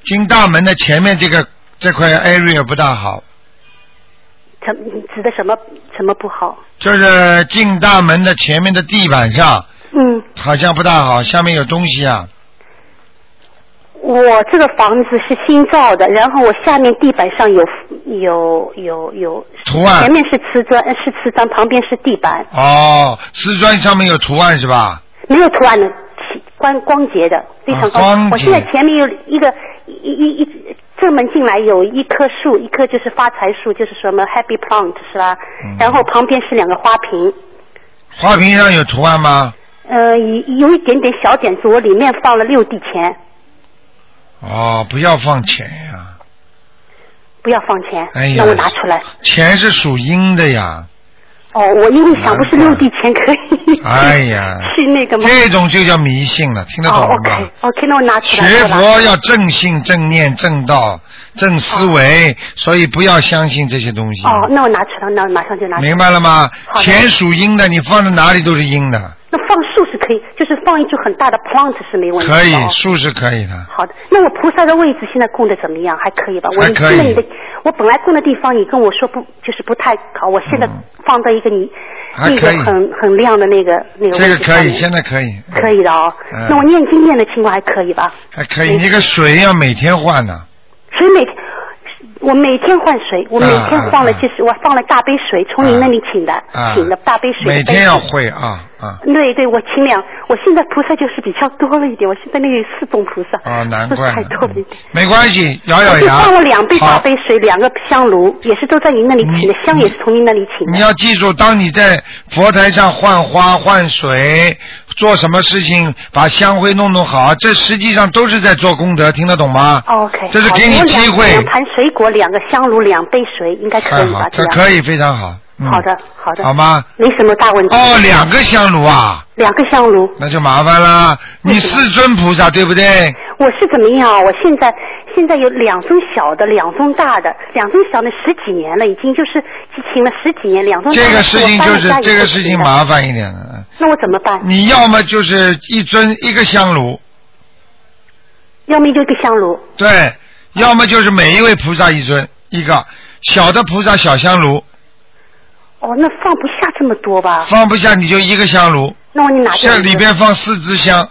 [SPEAKER 1] 进大门的前面这个这块 area 不大好，
[SPEAKER 3] 怎你指的什么什么不好？
[SPEAKER 1] 就是进大门的前面的地板上
[SPEAKER 3] 嗯，
[SPEAKER 1] 好像不大好，下面有东西啊。
[SPEAKER 3] 我这个房子是新造的，然后我下面地板上有有有有
[SPEAKER 1] 图案
[SPEAKER 3] 前面是瓷砖呃是瓷砖，旁边是地板，
[SPEAKER 1] 哦，瓷砖上面有图案是吧？
[SPEAKER 3] 没有图案的，其光光洁的，非常
[SPEAKER 1] 啊光洁
[SPEAKER 3] 我现在前面有一个一一一正门进来有一棵树，一棵就是发财树，就是什么 happy plant 是吧？
[SPEAKER 1] 嗯
[SPEAKER 3] 然后旁边是两个花瓶，
[SPEAKER 1] 花瓶上有图案吗？
[SPEAKER 3] 呃，有有一点点小点子，我里面放了六帝钱，
[SPEAKER 1] 哦，不要放钱呀、
[SPEAKER 3] 不要放钱，
[SPEAKER 1] 哎呀
[SPEAKER 3] 让我拿出来。
[SPEAKER 1] 钱是属阴的呀。
[SPEAKER 3] 哦，我因为想不是六帝钱可以，，
[SPEAKER 1] 哎呀
[SPEAKER 3] 去那个吗？
[SPEAKER 1] 这种就叫迷信了，听得懂
[SPEAKER 3] 哦
[SPEAKER 1] 吗？
[SPEAKER 3] ，OK OK，那我拿出来
[SPEAKER 1] 学
[SPEAKER 3] 是吧？
[SPEAKER 1] 佛要正信、正念、正道、正思维，所以不要相信这些东西。
[SPEAKER 3] 哦，那我拿出来，那我马上就拿出来。
[SPEAKER 1] 明白了吗？
[SPEAKER 3] 好的
[SPEAKER 1] 钱属阴的，你放在哪里都是阴的，
[SPEAKER 3] 那放树是可以，就是放一株很大的 plant 是没问题的。
[SPEAKER 1] 可以
[SPEAKER 3] 哦，
[SPEAKER 1] 树是可以的。
[SPEAKER 3] 好的，那我菩萨的位置现在供的怎么样？还可以吧？我
[SPEAKER 1] 还可以
[SPEAKER 3] 你的，我本来供的地方，你跟我说不就是不太好，我现在
[SPEAKER 1] 嗯
[SPEAKER 3] 放到一个你、
[SPEAKER 1] 还
[SPEAKER 3] 那
[SPEAKER 1] 可
[SPEAKER 3] 个
[SPEAKER 1] 以
[SPEAKER 3] 很很亮的那个那个
[SPEAKER 1] 这
[SPEAKER 3] 位
[SPEAKER 1] 个
[SPEAKER 3] 置
[SPEAKER 1] 可
[SPEAKER 3] 上
[SPEAKER 1] 以，
[SPEAKER 3] 面
[SPEAKER 1] 现在可以。
[SPEAKER 3] 可以的哦。
[SPEAKER 1] 嗯
[SPEAKER 3] 那我念经念的情况还可以吧？
[SPEAKER 1] 还可以，那个水要每天换呢。
[SPEAKER 3] 所以每天我每天换水，我每天
[SPEAKER 1] 啊
[SPEAKER 3] 放了
[SPEAKER 1] 啊
[SPEAKER 3] 就是、我放了大杯水，从你那里请的，
[SPEAKER 1] 啊，
[SPEAKER 3] 请的大杯水的
[SPEAKER 1] 每
[SPEAKER 3] 杯
[SPEAKER 1] 天要
[SPEAKER 3] 子
[SPEAKER 1] 会啊啊。
[SPEAKER 3] 对对，我请两，我现在菩萨就是比较多了一点，我现在那里有四种菩萨，
[SPEAKER 1] 啊，难怪
[SPEAKER 3] 太
[SPEAKER 1] 呢
[SPEAKER 3] 多了一点。，
[SPEAKER 1] 没关系，咬咬
[SPEAKER 3] 我就
[SPEAKER 1] 牙。
[SPEAKER 3] 放了两杯大
[SPEAKER 1] 哎好
[SPEAKER 3] 杯水，两个香炉，也是都在您那里请的
[SPEAKER 1] 你，
[SPEAKER 3] 香也是从您那里请
[SPEAKER 1] 你
[SPEAKER 3] 的。
[SPEAKER 1] 要记住，当你在佛台上换花换水，做什么事情，把香灰弄弄好，这实际上都是在做功德，听得懂吗？
[SPEAKER 3] 哦 OK，
[SPEAKER 1] 这是给你
[SPEAKER 3] 好的
[SPEAKER 1] 机
[SPEAKER 3] 我
[SPEAKER 1] 会
[SPEAKER 3] 两两盘水果，两个香炉，两杯水，应该可
[SPEAKER 1] 太
[SPEAKER 3] 以
[SPEAKER 1] 好
[SPEAKER 3] 吧？，
[SPEAKER 1] 这
[SPEAKER 3] 样
[SPEAKER 1] 可以非常好。嗯、
[SPEAKER 3] 好的，好的。
[SPEAKER 1] 好吗？
[SPEAKER 3] 没什么大问题。
[SPEAKER 1] 哦，两个香炉啊，
[SPEAKER 3] 两个香炉，
[SPEAKER 1] 那就麻烦啦。你
[SPEAKER 3] 为什么
[SPEAKER 1] 四尊菩萨对不对？
[SPEAKER 3] 我是怎么样啊？我现在现在有两尊小的，两尊大的，两尊小的十几年了，已经就是疫情了十几年，两尊大的
[SPEAKER 1] 这个事情
[SPEAKER 3] 嗯我
[SPEAKER 1] 就
[SPEAKER 3] 搬了
[SPEAKER 1] 是
[SPEAKER 3] 家以后
[SPEAKER 1] 这个
[SPEAKER 3] 就
[SPEAKER 1] 事
[SPEAKER 3] 知
[SPEAKER 1] 情
[SPEAKER 3] 道，
[SPEAKER 1] 麻烦一点了。
[SPEAKER 3] 那我怎么办？
[SPEAKER 1] 你要么就是一尊一个香炉，
[SPEAKER 3] 要么就一个香炉，
[SPEAKER 1] 对，要么就是每一位菩萨一尊一个小的菩萨小香炉，
[SPEAKER 3] 哦，那放不下这么多吧？
[SPEAKER 1] 放不下你就一个香炉，
[SPEAKER 3] 那我你拿掉
[SPEAKER 1] 像
[SPEAKER 3] 一个
[SPEAKER 1] 里边放四支香，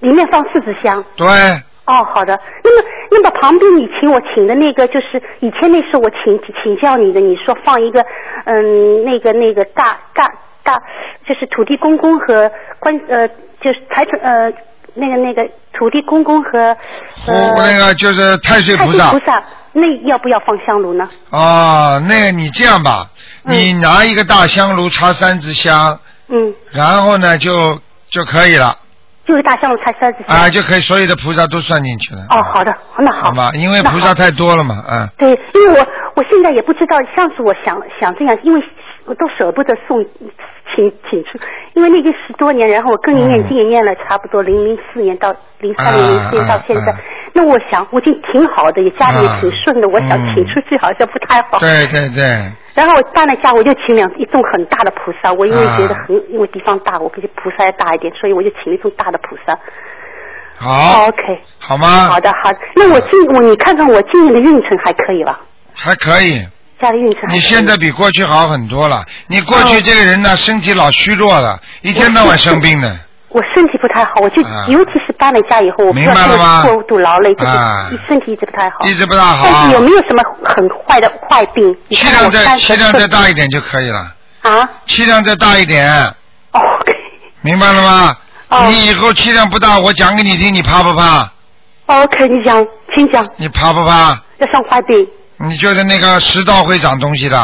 [SPEAKER 3] 里面放四支香。
[SPEAKER 1] 对，
[SPEAKER 3] 哦，好的。那么，那么旁边你请我请的那个，就是以前那时候我请请教你的，你说放一个，嗯，那个那个大大大，就是土地公公和关呃，就是财神呃，那个那个土地公公和
[SPEAKER 1] 呼
[SPEAKER 3] 呃
[SPEAKER 1] 哦那个就是太岁
[SPEAKER 3] 太
[SPEAKER 1] 菩
[SPEAKER 3] 岁
[SPEAKER 1] 萨
[SPEAKER 3] 菩萨，那要不要放香炉呢？
[SPEAKER 1] 哦，那个你这样吧，
[SPEAKER 3] 嗯
[SPEAKER 1] 你拿一个大香炉插三支香，
[SPEAKER 3] 嗯，
[SPEAKER 1] 然后呢就就可以了
[SPEAKER 3] 就是大香炉才三支香。
[SPEAKER 1] 啊，就可以所有的菩萨都算进去了。
[SPEAKER 3] 嗯哦，好的，那好。
[SPEAKER 1] 好吧，因为
[SPEAKER 3] 那
[SPEAKER 1] 菩
[SPEAKER 3] 好
[SPEAKER 1] 萨太多了嘛，嗯。
[SPEAKER 3] 对，因为我我现在也不知道，上次我想想这样，因为我都舍不得送请请出，因为那个十多年，然后我跟您
[SPEAKER 1] 嗯
[SPEAKER 3] 念经也念了差不多零零四年到零三年零
[SPEAKER 1] 啊
[SPEAKER 3] 四年到
[SPEAKER 1] 啊
[SPEAKER 3] 现在，
[SPEAKER 1] 啊
[SPEAKER 3] 那我想我已经挺好的，也家里也挺顺的，
[SPEAKER 1] 啊
[SPEAKER 3] 我想
[SPEAKER 1] 嗯
[SPEAKER 3] 请出去好像不太好。
[SPEAKER 1] 对对对，
[SPEAKER 3] 然后我搬了家，我就请两一种很大的菩萨，我因为觉得
[SPEAKER 1] 啊
[SPEAKER 3] 很，因为地方大，我比菩萨要大一点，所以我就请了一种大的菩萨。哦
[SPEAKER 1] 好，嗯
[SPEAKER 3] OK，
[SPEAKER 1] 好吗？
[SPEAKER 3] 好的，好的。那我今我你看看我今年的运程还可以吧？
[SPEAKER 1] 还可以。
[SPEAKER 3] 家里运程还可以
[SPEAKER 1] 你现在比过
[SPEAKER 3] 哦
[SPEAKER 1] 去好很多了。你过去这个人呢，身体老虚弱了，一天到晚生病的。
[SPEAKER 3] 我身体不太好，我就、
[SPEAKER 1] 啊
[SPEAKER 3] 尤其是搬了家以后，我不
[SPEAKER 1] 明
[SPEAKER 3] 知道
[SPEAKER 1] 白了
[SPEAKER 3] 是不
[SPEAKER 1] 吗
[SPEAKER 3] 是过度劳累，就是、
[SPEAKER 1] 啊
[SPEAKER 3] 身体一直不太好。
[SPEAKER 1] 一直不大好。啊
[SPEAKER 3] 但是有没有什么很坏的坏病？你
[SPEAKER 1] 气
[SPEAKER 3] 看
[SPEAKER 1] 量
[SPEAKER 3] 我
[SPEAKER 1] 再
[SPEAKER 3] 三
[SPEAKER 1] 气
[SPEAKER 3] 十
[SPEAKER 1] 量再大一点就可以了，
[SPEAKER 3] 啊
[SPEAKER 1] 气量再大一点，
[SPEAKER 3] ？OK，
[SPEAKER 1] 明白了吗？
[SPEAKER 3] 哦
[SPEAKER 1] 你以后气量不大，我讲给你听，你怕不怕？
[SPEAKER 3] OK，你讲，请讲，
[SPEAKER 1] 你怕不怕？
[SPEAKER 3] 要上坏病。
[SPEAKER 1] 你觉得那个食道会长东西的？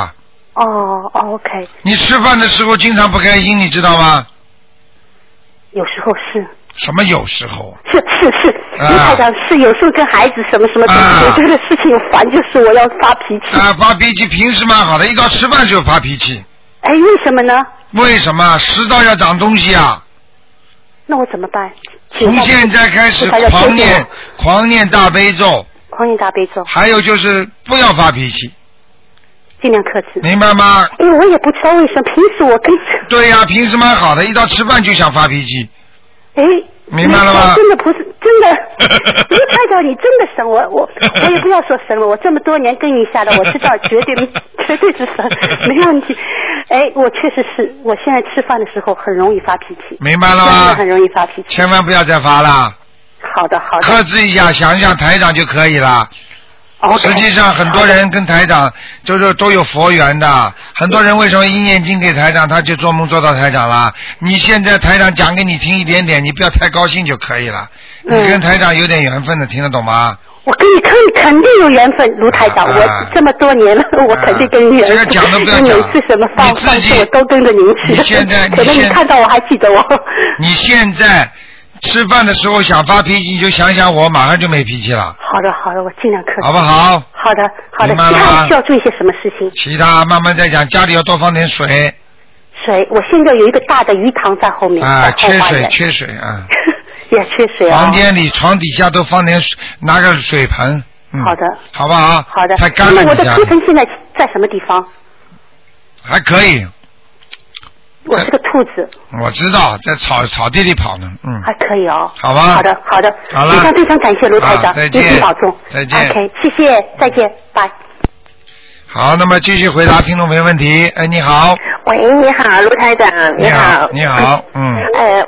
[SPEAKER 3] 哦，OK，
[SPEAKER 1] 你吃饭的时候经常不开心，你知道吗？
[SPEAKER 3] 有时候是
[SPEAKER 1] 什么有时候
[SPEAKER 3] 是是是，
[SPEAKER 1] 啊
[SPEAKER 3] 卢台长是有时候跟孩子什么什么，
[SPEAKER 1] 啊
[SPEAKER 3] 我觉得事情烦，就是我要发脾气。
[SPEAKER 1] 啊，发脾气平时蛮好的，一到吃饭就发脾气，
[SPEAKER 3] 哎，为什么呢？
[SPEAKER 1] 为什么？食道要长东西啊！
[SPEAKER 3] 那我怎么办？请
[SPEAKER 1] 从
[SPEAKER 3] 大
[SPEAKER 1] 现在开始
[SPEAKER 3] 菩萨要
[SPEAKER 1] 狂念
[SPEAKER 3] 救救
[SPEAKER 1] 狂念大悲咒，
[SPEAKER 3] 狂饮大悲咒，
[SPEAKER 1] 还有就是不要发脾气，
[SPEAKER 3] 尽量克制。
[SPEAKER 1] 明白吗？
[SPEAKER 3] 因为我也不知道为什么，平时我跟
[SPEAKER 1] 对呀、平时蛮好的，一到吃饭就想发脾气。
[SPEAKER 3] 哎，
[SPEAKER 1] 明白了吗
[SPEAKER 3] 真的不是真的， 卢台长，你真的神，我我我也不要说神了，我这么多年跟你下来，我知 道绝对绝对是神，没问题。哎，我确实是，我现在吃饭的时候很容易发脾气，
[SPEAKER 1] 明白了
[SPEAKER 3] 真的
[SPEAKER 1] 吗？
[SPEAKER 3] 很容易发脾气。
[SPEAKER 1] 千万不要再发了，
[SPEAKER 3] 好的，好的
[SPEAKER 1] 克制一下，想一想台长就可以了。
[SPEAKER 3] ，OK。
[SPEAKER 1] 实际上，很多人跟台长就是都有佛缘的。很多人为什么一念经给台长，他就做梦做到台长了？你现在台长讲给你听一点点，你不要太高兴就可以了。你
[SPEAKER 3] 嗯
[SPEAKER 1] 跟台长有点缘分的，听得懂吗？
[SPEAKER 3] 我跟你肯肯定有缘分，卢台长，
[SPEAKER 1] 啊
[SPEAKER 3] 我这么多年了，我肯定跟你有
[SPEAKER 1] 这个
[SPEAKER 3] 缘分。
[SPEAKER 1] 讲都不要讲
[SPEAKER 3] 你每次什么放
[SPEAKER 1] 你自
[SPEAKER 3] 放
[SPEAKER 1] 己
[SPEAKER 3] 肆，我都跟着您去。
[SPEAKER 1] 你现在你
[SPEAKER 3] 可能你
[SPEAKER 1] 现
[SPEAKER 3] 看到我还记得我。
[SPEAKER 1] 你现在吃饭的时候想发脾气，你就想想我，马上就没脾气了，
[SPEAKER 3] 好的，好的，我尽量克制。
[SPEAKER 1] 好不好？
[SPEAKER 3] 好的，好的。
[SPEAKER 1] 明
[SPEAKER 3] 其
[SPEAKER 1] 白了吗
[SPEAKER 3] 他还需要注意些什么事情？
[SPEAKER 1] 其他慢慢再讲，家里要多放点水
[SPEAKER 3] 水，我现在有一个大的鱼塘在后面，
[SPEAKER 1] 啊，
[SPEAKER 3] 在
[SPEAKER 1] 缺
[SPEAKER 3] 后花
[SPEAKER 1] 水
[SPEAKER 3] 园。
[SPEAKER 1] 缺水啊。
[SPEAKER 3] 也缺水啊。
[SPEAKER 1] 房间里床底下都放点水，拿个水盆。嗯、
[SPEAKER 3] 好的，
[SPEAKER 1] 好不好？
[SPEAKER 3] 好的。
[SPEAKER 1] 嗯太干了，
[SPEAKER 3] 那我
[SPEAKER 1] 你
[SPEAKER 3] 的
[SPEAKER 1] 家
[SPEAKER 3] 图
[SPEAKER 1] 里
[SPEAKER 3] 腾现在在什么地方？
[SPEAKER 1] 还可以，
[SPEAKER 3] 我是个兔子，
[SPEAKER 1] 我知道，在草草地里跑呢。嗯，
[SPEAKER 3] 还可以哦。
[SPEAKER 1] 好吧。
[SPEAKER 3] 好的，好的。
[SPEAKER 1] 好了
[SPEAKER 3] 非常非常感谢卢台
[SPEAKER 1] 啊
[SPEAKER 3] 长，
[SPEAKER 1] 再
[SPEAKER 3] 您
[SPEAKER 1] 见
[SPEAKER 3] 请保重。
[SPEAKER 1] 再见
[SPEAKER 3] OK，谢谢，再见，拜。
[SPEAKER 1] 好，那么继续回答听众朋友问题。哎，你好，
[SPEAKER 6] 喂，你好，卢台长，
[SPEAKER 1] 你
[SPEAKER 6] 好，
[SPEAKER 1] 你 好，嗯，
[SPEAKER 6] 呃，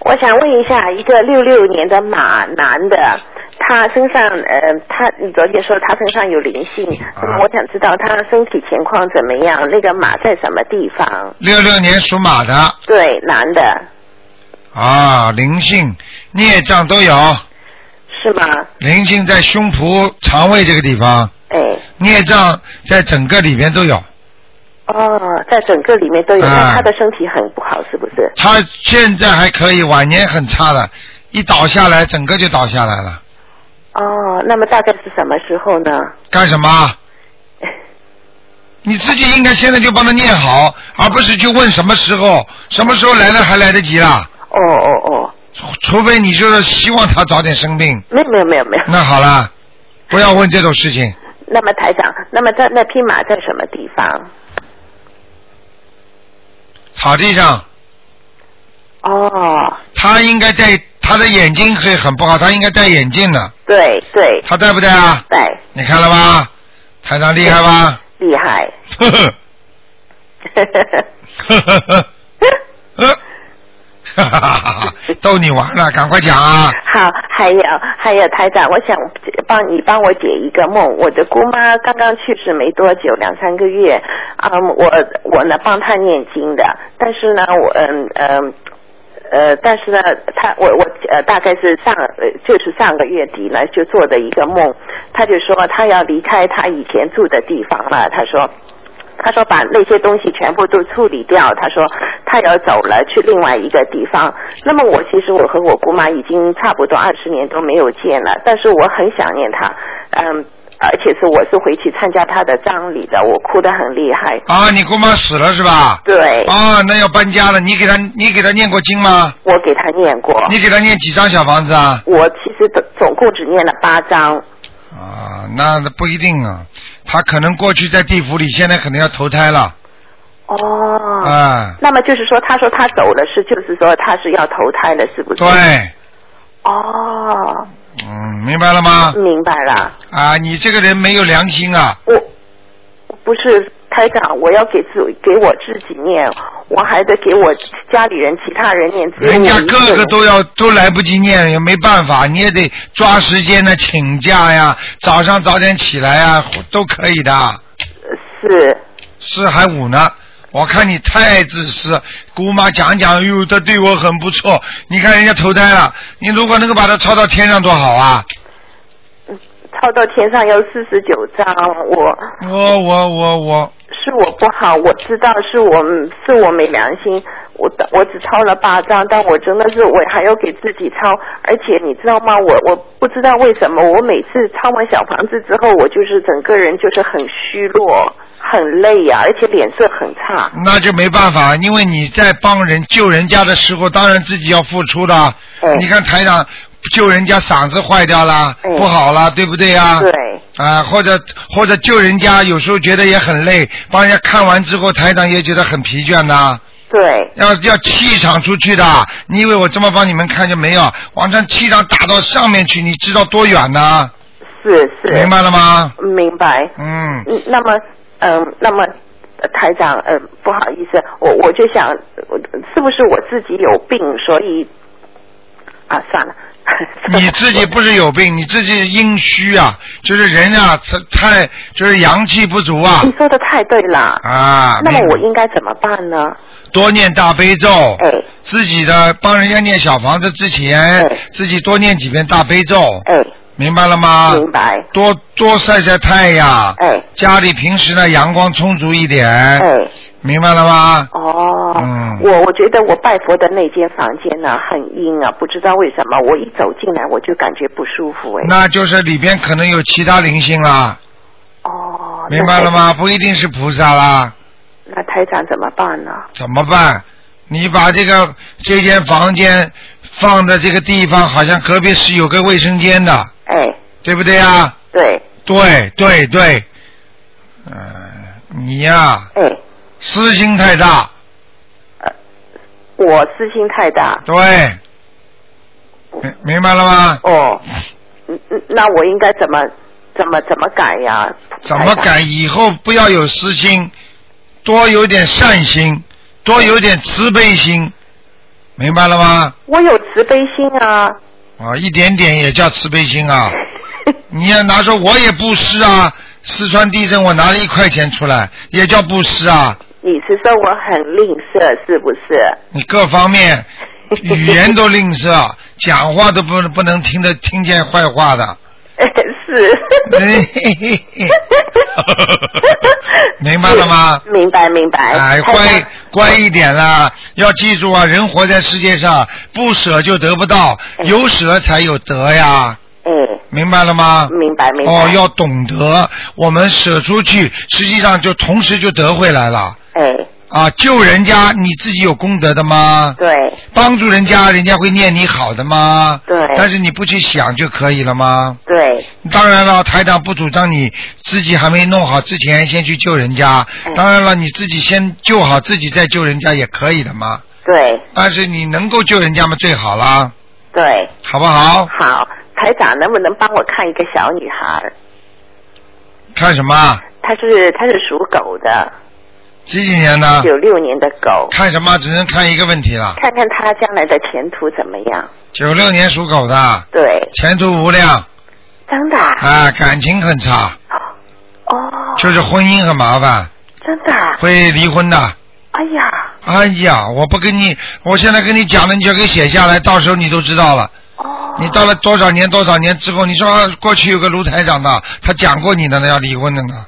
[SPEAKER 6] 我想问一下，一个六六年的马男的，他身上呃，他你昨天说他身上有灵性，
[SPEAKER 1] 啊
[SPEAKER 6] 那么我想知道他身体情况怎么样？那个马在什么地方？
[SPEAKER 1] 六六年属马的
[SPEAKER 6] 对，男的
[SPEAKER 1] 啊，灵性、孽障都有，
[SPEAKER 6] 是吗？
[SPEAKER 1] 灵性在胸脯、肠胃这个地方，
[SPEAKER 6] 哎，
[SPEAKER 1] 孽障在整个里边都有。
[SPEAKER 6] 哦，在整个里面都有，
[SPEAKER 1] 啊
[SPEAKER 6] 那他的身体很不好，是不是？
[SPEAKER 1] 他现在还可以，晚年很差的，一倒下来整个就倒下来了。
[SPEAKER 6] 哦，那么大概是什么时候呢？
[SPEAKER 1] 干什么？你自己应该现在就帮他念好，而不是去问什么时候，什么时候来了还来得及啦。
[SPEAKER 6] 哦哦哦，
[SPEAKER 1] 除除非你就是希望他早点生病，
[SPEAKER 6] 没有没有没有没有。
[SPEAKER 1] 那好啦，不要问这种事情。
[SPEAKER 6] 那么台长，那么他那匹马在什么地方？
[SPEAKER 1] 草地上，
[SPEAKER 6] 哦，
[SPEAKER 1] 他应该戴他的眼睛是很不好，他应该戴眼镜的，
[SPEAKER 6] 对对
[SPEAKER 1] 他戴不戴啊？
[SPEAKER 6] 对，
[SPEAKER 1] 你看了吧？台长厉害吧？
[SPEAKER 6] 厉害，
[SPEAKER 1] 呵呵呵呵呵。呃，哈哈哈哈！ 逗你玩了，赶快讲啊！
[SPEAKER 6] 好，还有还有台长，我想帮你帮我解一个梦。我的姑妈刚刚去世没多久，两三个月，嗯，我我呢帮她念经的，但是呢，我嗯嗯。呃，但是呢，她我我呃，大概是上呃，就是上个月底呢，就做的一个梦，她就说她要离开她以前住的地方了，她说他说把那些东西全部都处理掉，他说他要走了，去另外一个地方。那么我其实我和我姑妈已经差不多二十年都没有见了，但是我很想念她，嗯，而且是我是回去参加她的葬礼的，我哭得很厉害。
[SPEAKER 1] 啊，你姑妈死了是吧？
[SPEAKER 6] 对，
[SPEAKER 1] 啊，那要搬家了，你给她你给她念过经吗？
[SPEAKER 6] 我给她念过，
[SPEAKER 1] 你给她念几张小房子啊？
[SPEAKER 6] 我其实总总共只念了八章。
[SPEAKER 1] 啊，那不一定啊，她可能过去在地府里，现在可能要投胎了。
[SPEAKER 6] 哦。
[SPEAKER 1] 啊，
[SPEAKER 6] 那么就是说，他说他走了，是就是说他是要投胎了，是不是？。
[SPEAKER 1] 对，
[SPEAKER 6] 哦，
[SPEAKER 1] 嗯，明白了吗？
[SPEAKER 6] 明白了。
[SPEAKER 1] 啊，你这个人没有良心啊！
[SPEAKER 6] 我不是台长，我要给自给我自己念，我还得给我家里人、其他人念。只有
[SPEAKER 1] 人家
[SPEAKER 6] 我一
[SPEAKER 1] 个个
[SPEAKER 6] 人
[SPEAKER 1] 都要都来不及念，也没办法，你也得抓时间呢，请假呀，早上早点起来呀，都可以的。
[SPEAKER 6] 是
[SPEAKER 1] 四还五呢？我看你太自私，姑妈讲讲，哟，这对我很不错。你看人家投胎了，你如果能够把它抄到天上多好啊！
[SPEAKER 6] 抄到天上要四十九章，我
[SPEAKER 1] 我我我我，
[SPEAKER 6] 是我不好，我知道是我是我没良心，我我只抄了八张，但我真的是我还要给自己抄，而且你知道吗？我我不知道为什么，我每次抄完小房子之后，我就是整个人就是很虚弱，很累呀、而且脸色很差。
[SPEAKER 1] 那就没办法，因为你在帮人救人家的时候，当然自己要付出的。
[SPEAKER 6] 嗯
[SPEAKER 1] 你看台长救人家嗓子坏掉了，
[SPEAKER 6] 嗯
[SPEAKER 1] 不好了，对不对呀、
[SPEAKER 6] 对，
[SPEAKER 1] 啊，或者或者救人家，有时候觉得也很累，帮人家看完之后，台长也觉得很疲倦呐、
[SPEAKER 6] 对，
[SPEAKER 1] 要要气场出去的。你以为我这么帮你们看就没有？往上气场打到上面去，你知道多远呢？
[SPEAKER 6] 是是，
[SPEAKER 1] 明白了吗？
[SPEAKER 6] 明白。
[SPEAKER 1] 嗯，
[SPEAKER 6] 嗯，那么，嗯，那么，呃台长，嗯，不好意思，我我就想，我是不是我自己有病，所以啊，算了。
[SPEAKER 1] 你自己不是有 病，你自己阴虚啊，就是人啊，太就是阳气不足啊
[SPEAKER 6] 你说的太对了。
[SPEAKER 1] 啊。
[SPEAKER 6] 那么
[SPEAKER 1] 明
[SPEAKER 6] 我应该怎么办呢？
[SPEAKER 1] 多念大悲咒，
[SPEAKER 6] 哎
[SPEAKER 1] 自己的帮人家念小房子之前
[SPEAKER 6] 哎，
[SPEAKER 1] 自己多念几遍大悲咒，
[SPEAKER 6] 哎，
[SPEAKER 1] 明白了吗？
[SPEAKER 6] 明白。
[SPEAKER 1] 多多晒晒太阳，
[SPEAKER 6] 哎
[SPEAKER 1] 家里平时呢阳光充足一点，
[SPEAKER 6] 哎，
[SPEAKER 1] 明白了吗？
[SPEAKER 6] 哦，
[SPEAKER 1] 嗯
[SPEAKER 6] 我我觉得我拜佛的那间房间呢很阴啊，不知道为什么，我一走进来我就感觉不舒服哎。
[SPEAKER 1] 那就是里边可能有其他灵性
[SPEAKER 6] 啊
[SPEAKER 1] 啦，
[SPEAKER 6] 哦，
[SPEAKER 1] 明白了
[SPEAKER 6] 那台？
[SPEAKER 1] 吗？不一定是菩萨啦，
[SPEAKER 6] 那台长怎么办呢？
[SPEAKER 1] 怎么办？你把这个这间房间放的这个地方，好像隔壁是有个卫生间的，
[SPEAKER 6] 哎，
[SPEAKER 1] 对不对啊？
[SPEAKER 6] 对，
[SPEAKER 1] 对对对，嗯、你呀、
[SPEAKER 6] 哎，
[SPEAKER 1] 私心太大，
[SPEAKER 6] 呃我私心太大。
[SPEAKER 1] 对，
[SPEAKER 6] 嗯
[SPEAKER 1] 明明白了吗？
[SPEAKER 6] 哦，嗯嗯，那我应该怎么怎么怎么改呀？
[SPEAKER 1] 怎么改？以后不要有私心，多有点善心，多有点慈悲心，明白了吗？
[SPEAKER 6] 我有慈悲心啊。
[SPEAKER 1] 啊，一点点也叫慈悲心啊！你要拿说我也布施啊，四川地震我拿了一块钱出来，也叫布施啊。
[SPEAKER 6] 你是说我很吝啬是不是？
[SPEAKER 1] 你各方面语言都吝啬，讲话都不不能听得听见坏话的。
[SPEAKER 6] 哎是。
[SPEAKER 1] 嘿嘿嘿嘿明白了吗？
[SPEAKER 6] 是明白明白。
[SPEAKER 1] 哎，
[SPEAKER 6] 台长
[SPEAKER 1] 乖乖一点啦！要记住啊，人活在世界上，不舍就得不到，
[SPEAKER 6] 嗯
[SPEAKER 1] 有舍才有得呀，
[SPEAKER 6] 哎，
[SPEAKER 1] 明白了吗？
[SPEAKER 6] 明白明白。
[SPEAKER 1] 哦，要懂得，我们舍出去，实际上就同时就得回来了
[SPEAKER 6] 哎，
[SPEAKER 1] 啊！救人家，你自己有功德的吗？
[SPEAKER 6] 对
[SPEAKER 1] 帮助人家，人家会念你好的吗？
[SPEAKER 6] 对
[SPEAKER 1] 但是你不去想就可以了吗？
[SPEAKER 6] 对
[SPEAKER 1] 当然了，台长不主张你自己还没弄好之前先去救人家。当然了，你自己先救好自己再救人家也可以的嘛。
[SPEAKER 6] 对
[SPEAKER 1] 但是你能够救人家嘛最好啦，
[SPEAKER 6] 对，
[SPEAKER 1] 好不好？
[SPEAKER 6] 好，台长能不能帮我看一个小女孩？
[SPEAKER 1] 看什么啊？
[SPEAKER 6] 她是她是属狗的，
[SPEAKER 1] 几几年呢？
[SPEAKER 6] 九六年的狗。
[SPEAKER 1] 看什么？只能看一个问题了。
[SPEAKER 6] 看看他将来的前途怎么样。
[SPEAKER 1] 九六年属狗的，
[SPEAKER 6] 对，
[SPEAKER 1] 前途无量
[SPEAKER 6] 真的啊。
[SPEAKER 1] 啊，感情很差，
[SPEAKER 6] 哦，
[SPEAKER 1] 就是婚姻很麻烦，
[SPEAKER 6] 真的啊。
[SPEAKER 1] 会离婚的。
[SPEAKER 6] 哎呀，
[SPEAKER 1] 哎呀，我不跟你，我现在跟你讲了，你就给写下来，到时候你都知道了。
[SPEAKER 6] 哦，
[SPEAKER 1] 你到了多少年多少年之后，你说、啊、过去有个卢台长的，他讲过你的呢，要离婚的呢。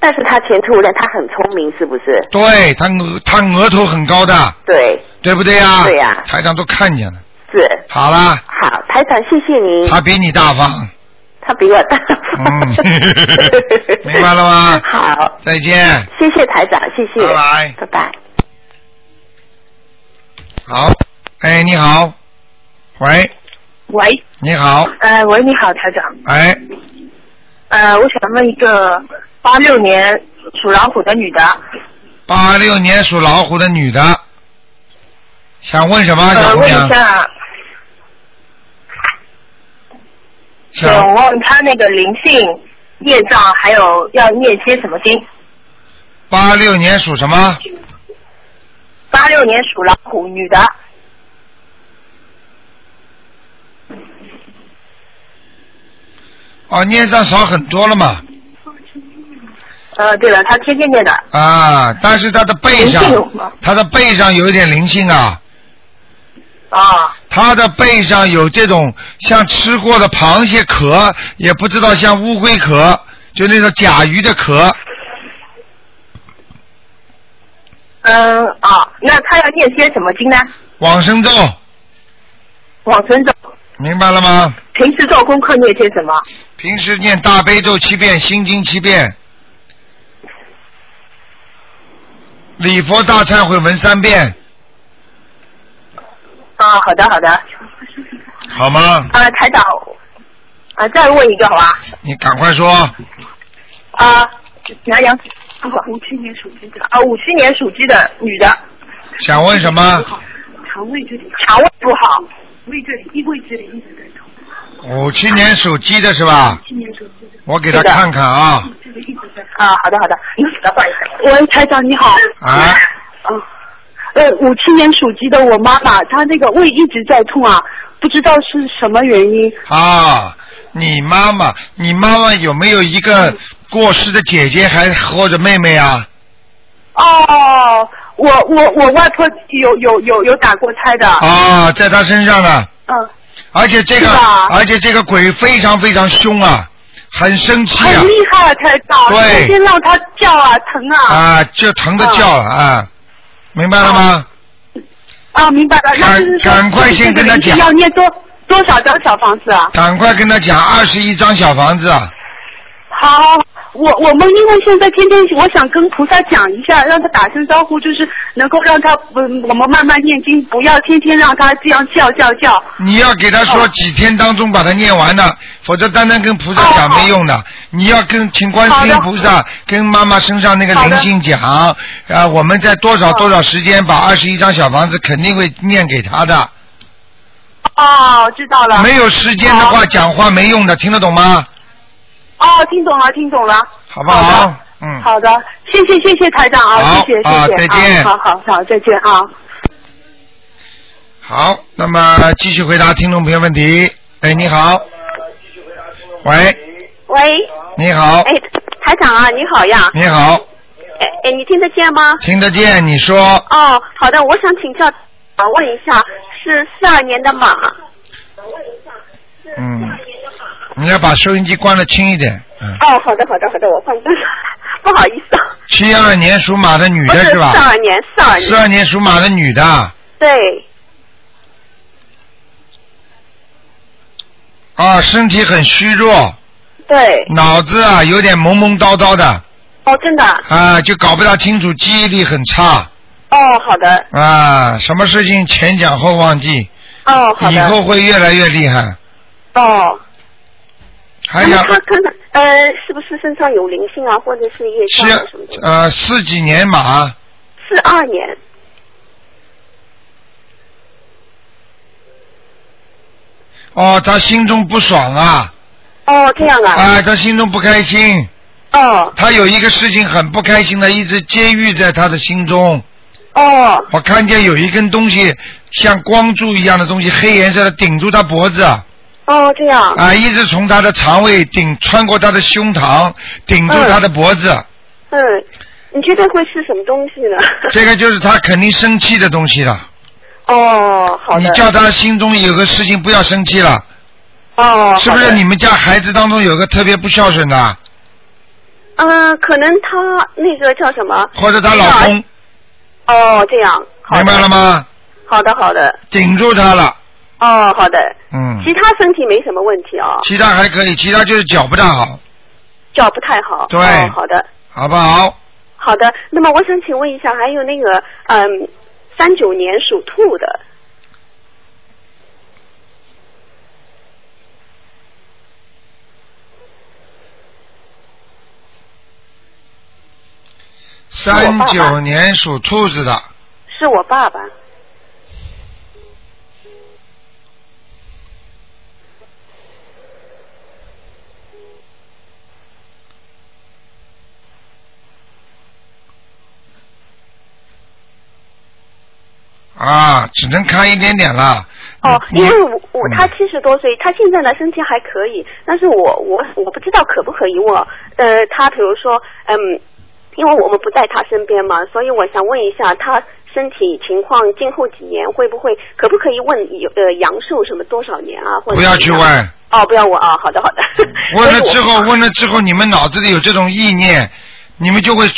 [SPEAKER 6] 但是他前途无量，他很聪明，是不是？
[SPEAKER 1] 对他额他额头很高的，
[SPEAKER 6] 对，
[SPEAKER 1] 对不对呀、
[SPEAKER 6] 对呀
[SPEAKER 1] 台长都看见了。
[SPEAKER 6] 是。
[SPEAKER 1] 好啦，
[SPEAKER 6] 好，台长，谢谢您。
[SPEAKER 1] 他比你大方。
[SPEAKER 6] 他比我大。
[SPEAKER 1] 嗯 明白了吗
[SPEAKER 6] 好，
[SPEAKER 1] 再见。
[SPEAKER 6] 谢谢台长，谢谢。
[SPEAKER 1] 拜拜
[SPEAKER 6] 拜拜。
[SPEAKER 1] 好，哎，你好，喂，
[SPEAKER 7] 喂，
[SPEAKER 1] 你好，
[SPEAKER 7] 呃，喂，你好，台长，
[SPEAKER 1] 哎，
[SPEAKER 7] 呃，我想问一个八六年属老虎的女的，
[SPEAKER 1] 八六年属老虎的女的，想问什么，小
[SPEAKER 7] 呃，
[SPEAKER 1] 姑
[SPEAKER 7] 问
[SPEAKER 1] 娘
[SPEAKER 7] 一？下，
[SPEAKER 1] 想
[SPEAKER 7] 呃我问她那个灵性业障，还有要念些什么经？
[SPEAKER 1] 八六年属什么？
[SPEAKER 8] 八六年属老虎，女的。
[SPEAKER 1] 哦，念上少很多了嘛，
[SPEAKER 8] 呃，对了，她天天念的。
[SPEAKER 1] 啊，但是他的背
[SPEAKER 8] 灵性有
[SPEAKER 1] 上
[SPEAKER 8] 吗，
[SPEAKER 1] 他的背上有一点灵性啊，
[SPEAKER 8] 啊，
[SPEAKER 1] 他的背上有这种像吃过的螃蟹壳，也不知道像乌龟壳，就那种甲鱼的壳，
[SPEAKER 8] 嗯啊，那她要念些什么经呢？
[SPEAKER 1] 往生咒，
[SPEAKER 8] 往生咒，
[SPEAKER 1] 明白了吗？
[SPEAKER 8] 平时做功课念些什么？
[SPEAKER 1] 平时念大悲咒七遍，心经七遍，礼佛大忏悔文三遍，
[SPEAKER 8] 啊，好的好的。
[SPEAKER 1] 好吗？
[SPEAKER 8] 啊，台长，啊，再问一个好吧？
[SPEAKER 1] 你赶快说，
[SPEAKER 8] 啊，南阳，五七年属鸡的。啊，五七年属鸡的女的，
[SPEAKER 1] 想问什么？
[SPEAKER 8] 肠胃不好。
[SPEAKER 1] 五七年属鸡的是吧？我给他看看啊
[SPEAKER 8] 啊，好的好的，你死了，不好意思。喂，台长你好。
[SPEAKER 1] 啊！
[SPEAKER 8] 啊，呃，五七年属鸡的我妈妈，她那个胃一直在痛啊，不知道是什么原因。
[SPEAKER 1] 啊！你妈妈，你妈妈有没有一个过世的姐姐还或者妹妹啊？
[SPEAKER 8] 哦，我我我外婆有有有有打过胎的，
[SPEAKER 1] 啊，在她身上呢。
[SPEAKER 8] 嗯，
[SPEAKER 1] 而且这个
[SPEAKER 8] 是吧，
[SPEAKER 1] 而且这个鬼非常非常凶啊，很生气啊
[SPEAKER 8] 很，厉害啊，台长，
[SPEAKER 1] 对
[SPEAKER 8] 天天让她叫啊，疼啊。
[SPEAKER 1] 啊，就疼的叫了啊，明白了吗？
[SPEAKER 8] 啊，明白了，那就是说
[SPEAKER 1] 赶赶快先跟她讲
[SPEAKER 8] 这个要念多多少张小房子啊？
[SPEAKER 1] 赶快跟他讲二十一张小房子啊，
[SPEAKER 8] 好，我我们因为现在天天，我想跟菩萨讲一下，让他打声招呼，就是能够让他，嗯，我们慢慢念经，不要天天让他这样叫叫叫。
[SPEAKER 1] 你要给他
[SPEAKER 8] 哦
[SPEAKER 1] 说几天当中把它念完了，否则单单跟菩萨讲没用
[SPEAKER 8] 哦
[SPEAKER 1] 的。你要跟请观世音菩萨跟妈妈身上那个灵性讲啊，我们在多
[SPEAKER 8] 哦
[SPEAKER 1] 少多少时间把二十一张小房子肯定会念给他的。
[SPEAKER 8] 哦，知道了。
[SPEAKER 1] 没有时间的话，讲话没用的，听得懂吗？
[SPEAKER 8] 哦，听懂了，听懂了。
[SPEAKER 1] 好不
[SPEAKER 8] 好
[SPEAKER 1] 好
[SPEAKER 8] 的？
[SPEAKER 1] 嗯，
[SPEAKER 8] 好的，谢谢谢谢台长啊，
[SPEAKER 1] 好
[SPEAKER 8] 谢谢谢
[SPEAKER 1] 啊
[SPEAKER 8] 谢，
[SPEAKER 1] 再见
[SPEAKER 8] 啊好好好，再见啊。
[SPEAKER 1] 好，那么继续回答听众朋友问题。哎，你好。喂，
[SPEAKER 3] 喂，
[SPEAKER 1] 你好
[SPEAKER 3] 哎，，台长啊，你好呀，
[SPEAKER 1] 你好，
[SPEAKER 3] 哎哎，你听得见吗？
[SPEAKER 1] 听得见？你说
[SPEAKER 3] 哦，好的，我想请教，啊，问一下，是四二年的马，
[SPEAKER 1] 嗯，你要把收音机关的轻一点。嗯，
[SPEAKER 3] 哦，好的，好的，好的，我换灯了， 不好意思啊，
[SPEAKER 1] 七二年属马的女
[SPEAKER 3] 不
[SPEAKER 1] 的
[SPEAKER 3] 是
[SPEAKER 1] 是
[SPEAKER 3] 啊四
[SPEAKER 1] 吧？
[SPEAKER 3] 二年，四二
[SPEAKER 1] 四
[SPEAKER 3] 年，
[SPEAKER 1] 二年属马的女的
[SPEAKER 3] 对，
[SPEAKER 1] 啊，身体很虚弱，
[SPEAKER 3] 对，
[SPEAKER 1] 脑子啊有点懵懵叨叨的
[SPEAKER 3] 哦，真的，
[SPEAKER 1] 啊，就搞不大清楚，记忆力很差
[SPEAKER 3] 哦，好的，
[SPEAKER 1] 啊，什么事情前讲后忘记，
[SPEAKER 3] 哦，好
[SPEAKER 1] 以
[SPEAKER 3] 的，
[SPEAKER 1] 后会越来越厉害。
[SPEAKER 3] 哦，
[SPEAKER 1] 还
[SPEAKER 3] 那
[SPEAKER 1] 想
[SPEAKER 3] 么他看看， 呃，是不是身上有灵性啊，或者是业障啊什么
[SPEAKER 1] 是
[SPEAKER 3] 的？
[SPEAKER 1] 呃四几年马，
[SPEAKER 3] 四二年，
[SPEAKER 1] 哦，他心中不爽啊，
[SPEAKER 3] 哦，这样啊，
[SPEAKER 1] 啊，他心中不开心，
[SPEAKER 3] 哦，
[SPEAKER 1] 他有一个事情很不开心的，一直监狱在他的心中。
[SPEAKER 3] 哦，
[SPEAKER 1] 我看见有一根东西像光柱一样的东西，黑颜色的顶住他脖子啊，
[SPEAKER 3] 哦，这样，
[SPEAKER 1] 啊，一直从他的肠胃顶穿过他的胸膛，顶住他的脖子。
[SPEAKER 3] 嗯，你觉得会是什么东西呢？
[SPEAKER 1] 这个就是他肯定生气的东西了。
[SPEAKER 3] 哦，好的。
[SPEAKER 1] 你叫他心中有个事情不要生气了，
[SPEAKER 3] 哦，
[SPEAKER 1] 是不是
[SPEAKER 3] 好的？
[SPEAKER 1] 你们家孩子当中有个特别不孝顺的，
[SPEAKER 3] 嗯、可能他那个叫什么？
[SPEAKER 1] 或者她老公，
[SPEAKER 3] 哦，这样。啊好
[SPEAKER 1] 明
[SPEAKER 3] 的
[SPEAKER 1] 白了？吗？
[SPEAKER 3] 好的，好的。
[SPEAKER 1] 顶住他了，
[SPEAKER 3] 哦，好的。
[SPEAKER 1] 嗯，
[SPEAKER 3] 其他身体没什么问题啊、
[SPEAKER 1] 其他还可以，其他就是脚不大好，
[SPEAKER 3] 脚不太好。
[SPEAKER 1] 对
[SPEAKER 3] 哦，好的，
[SPEAKER 1] 好不好？
[SPEAKER 3] 好的。那么我想请问一下，还有那个嗯，三九年属兔的，
[SPEAKER 1] 三
[SPEAKER 3] 爸
[SPEAKER 1] 九年属兔子的，
[SPEAKER 3] 是我爸爸。
[SPEAKER 1] 啊，只能看一点点了。嗯
[SPEAKER 9] 哦，
[SPEAKER 1] 你
[SPEAKER 9] 因为我我他七十多岁，他现在呢身体还可以，但是我我我不知道可不可以我呃他比如说嗯，因为我们不在他身边嘛，所以我想问一下他身体情况，今后几年会不会可不可以问有呃阳寿什么多少年啊？或者
[SPEAKER 1] 不要去
[SPEAKER 9] 怎么样
[SPEAKER 1] 问。
[SPEAKER 9] 哦，不要问啊，好的好的。
[SPEAKER 1] 问了之
[SPEAKER 9] 所以
[SPEAKER 1] 后，
[SPEAKER 9] 我
[SPEAKER 1] 问了之后，你们脑子里有这种意念，你们就会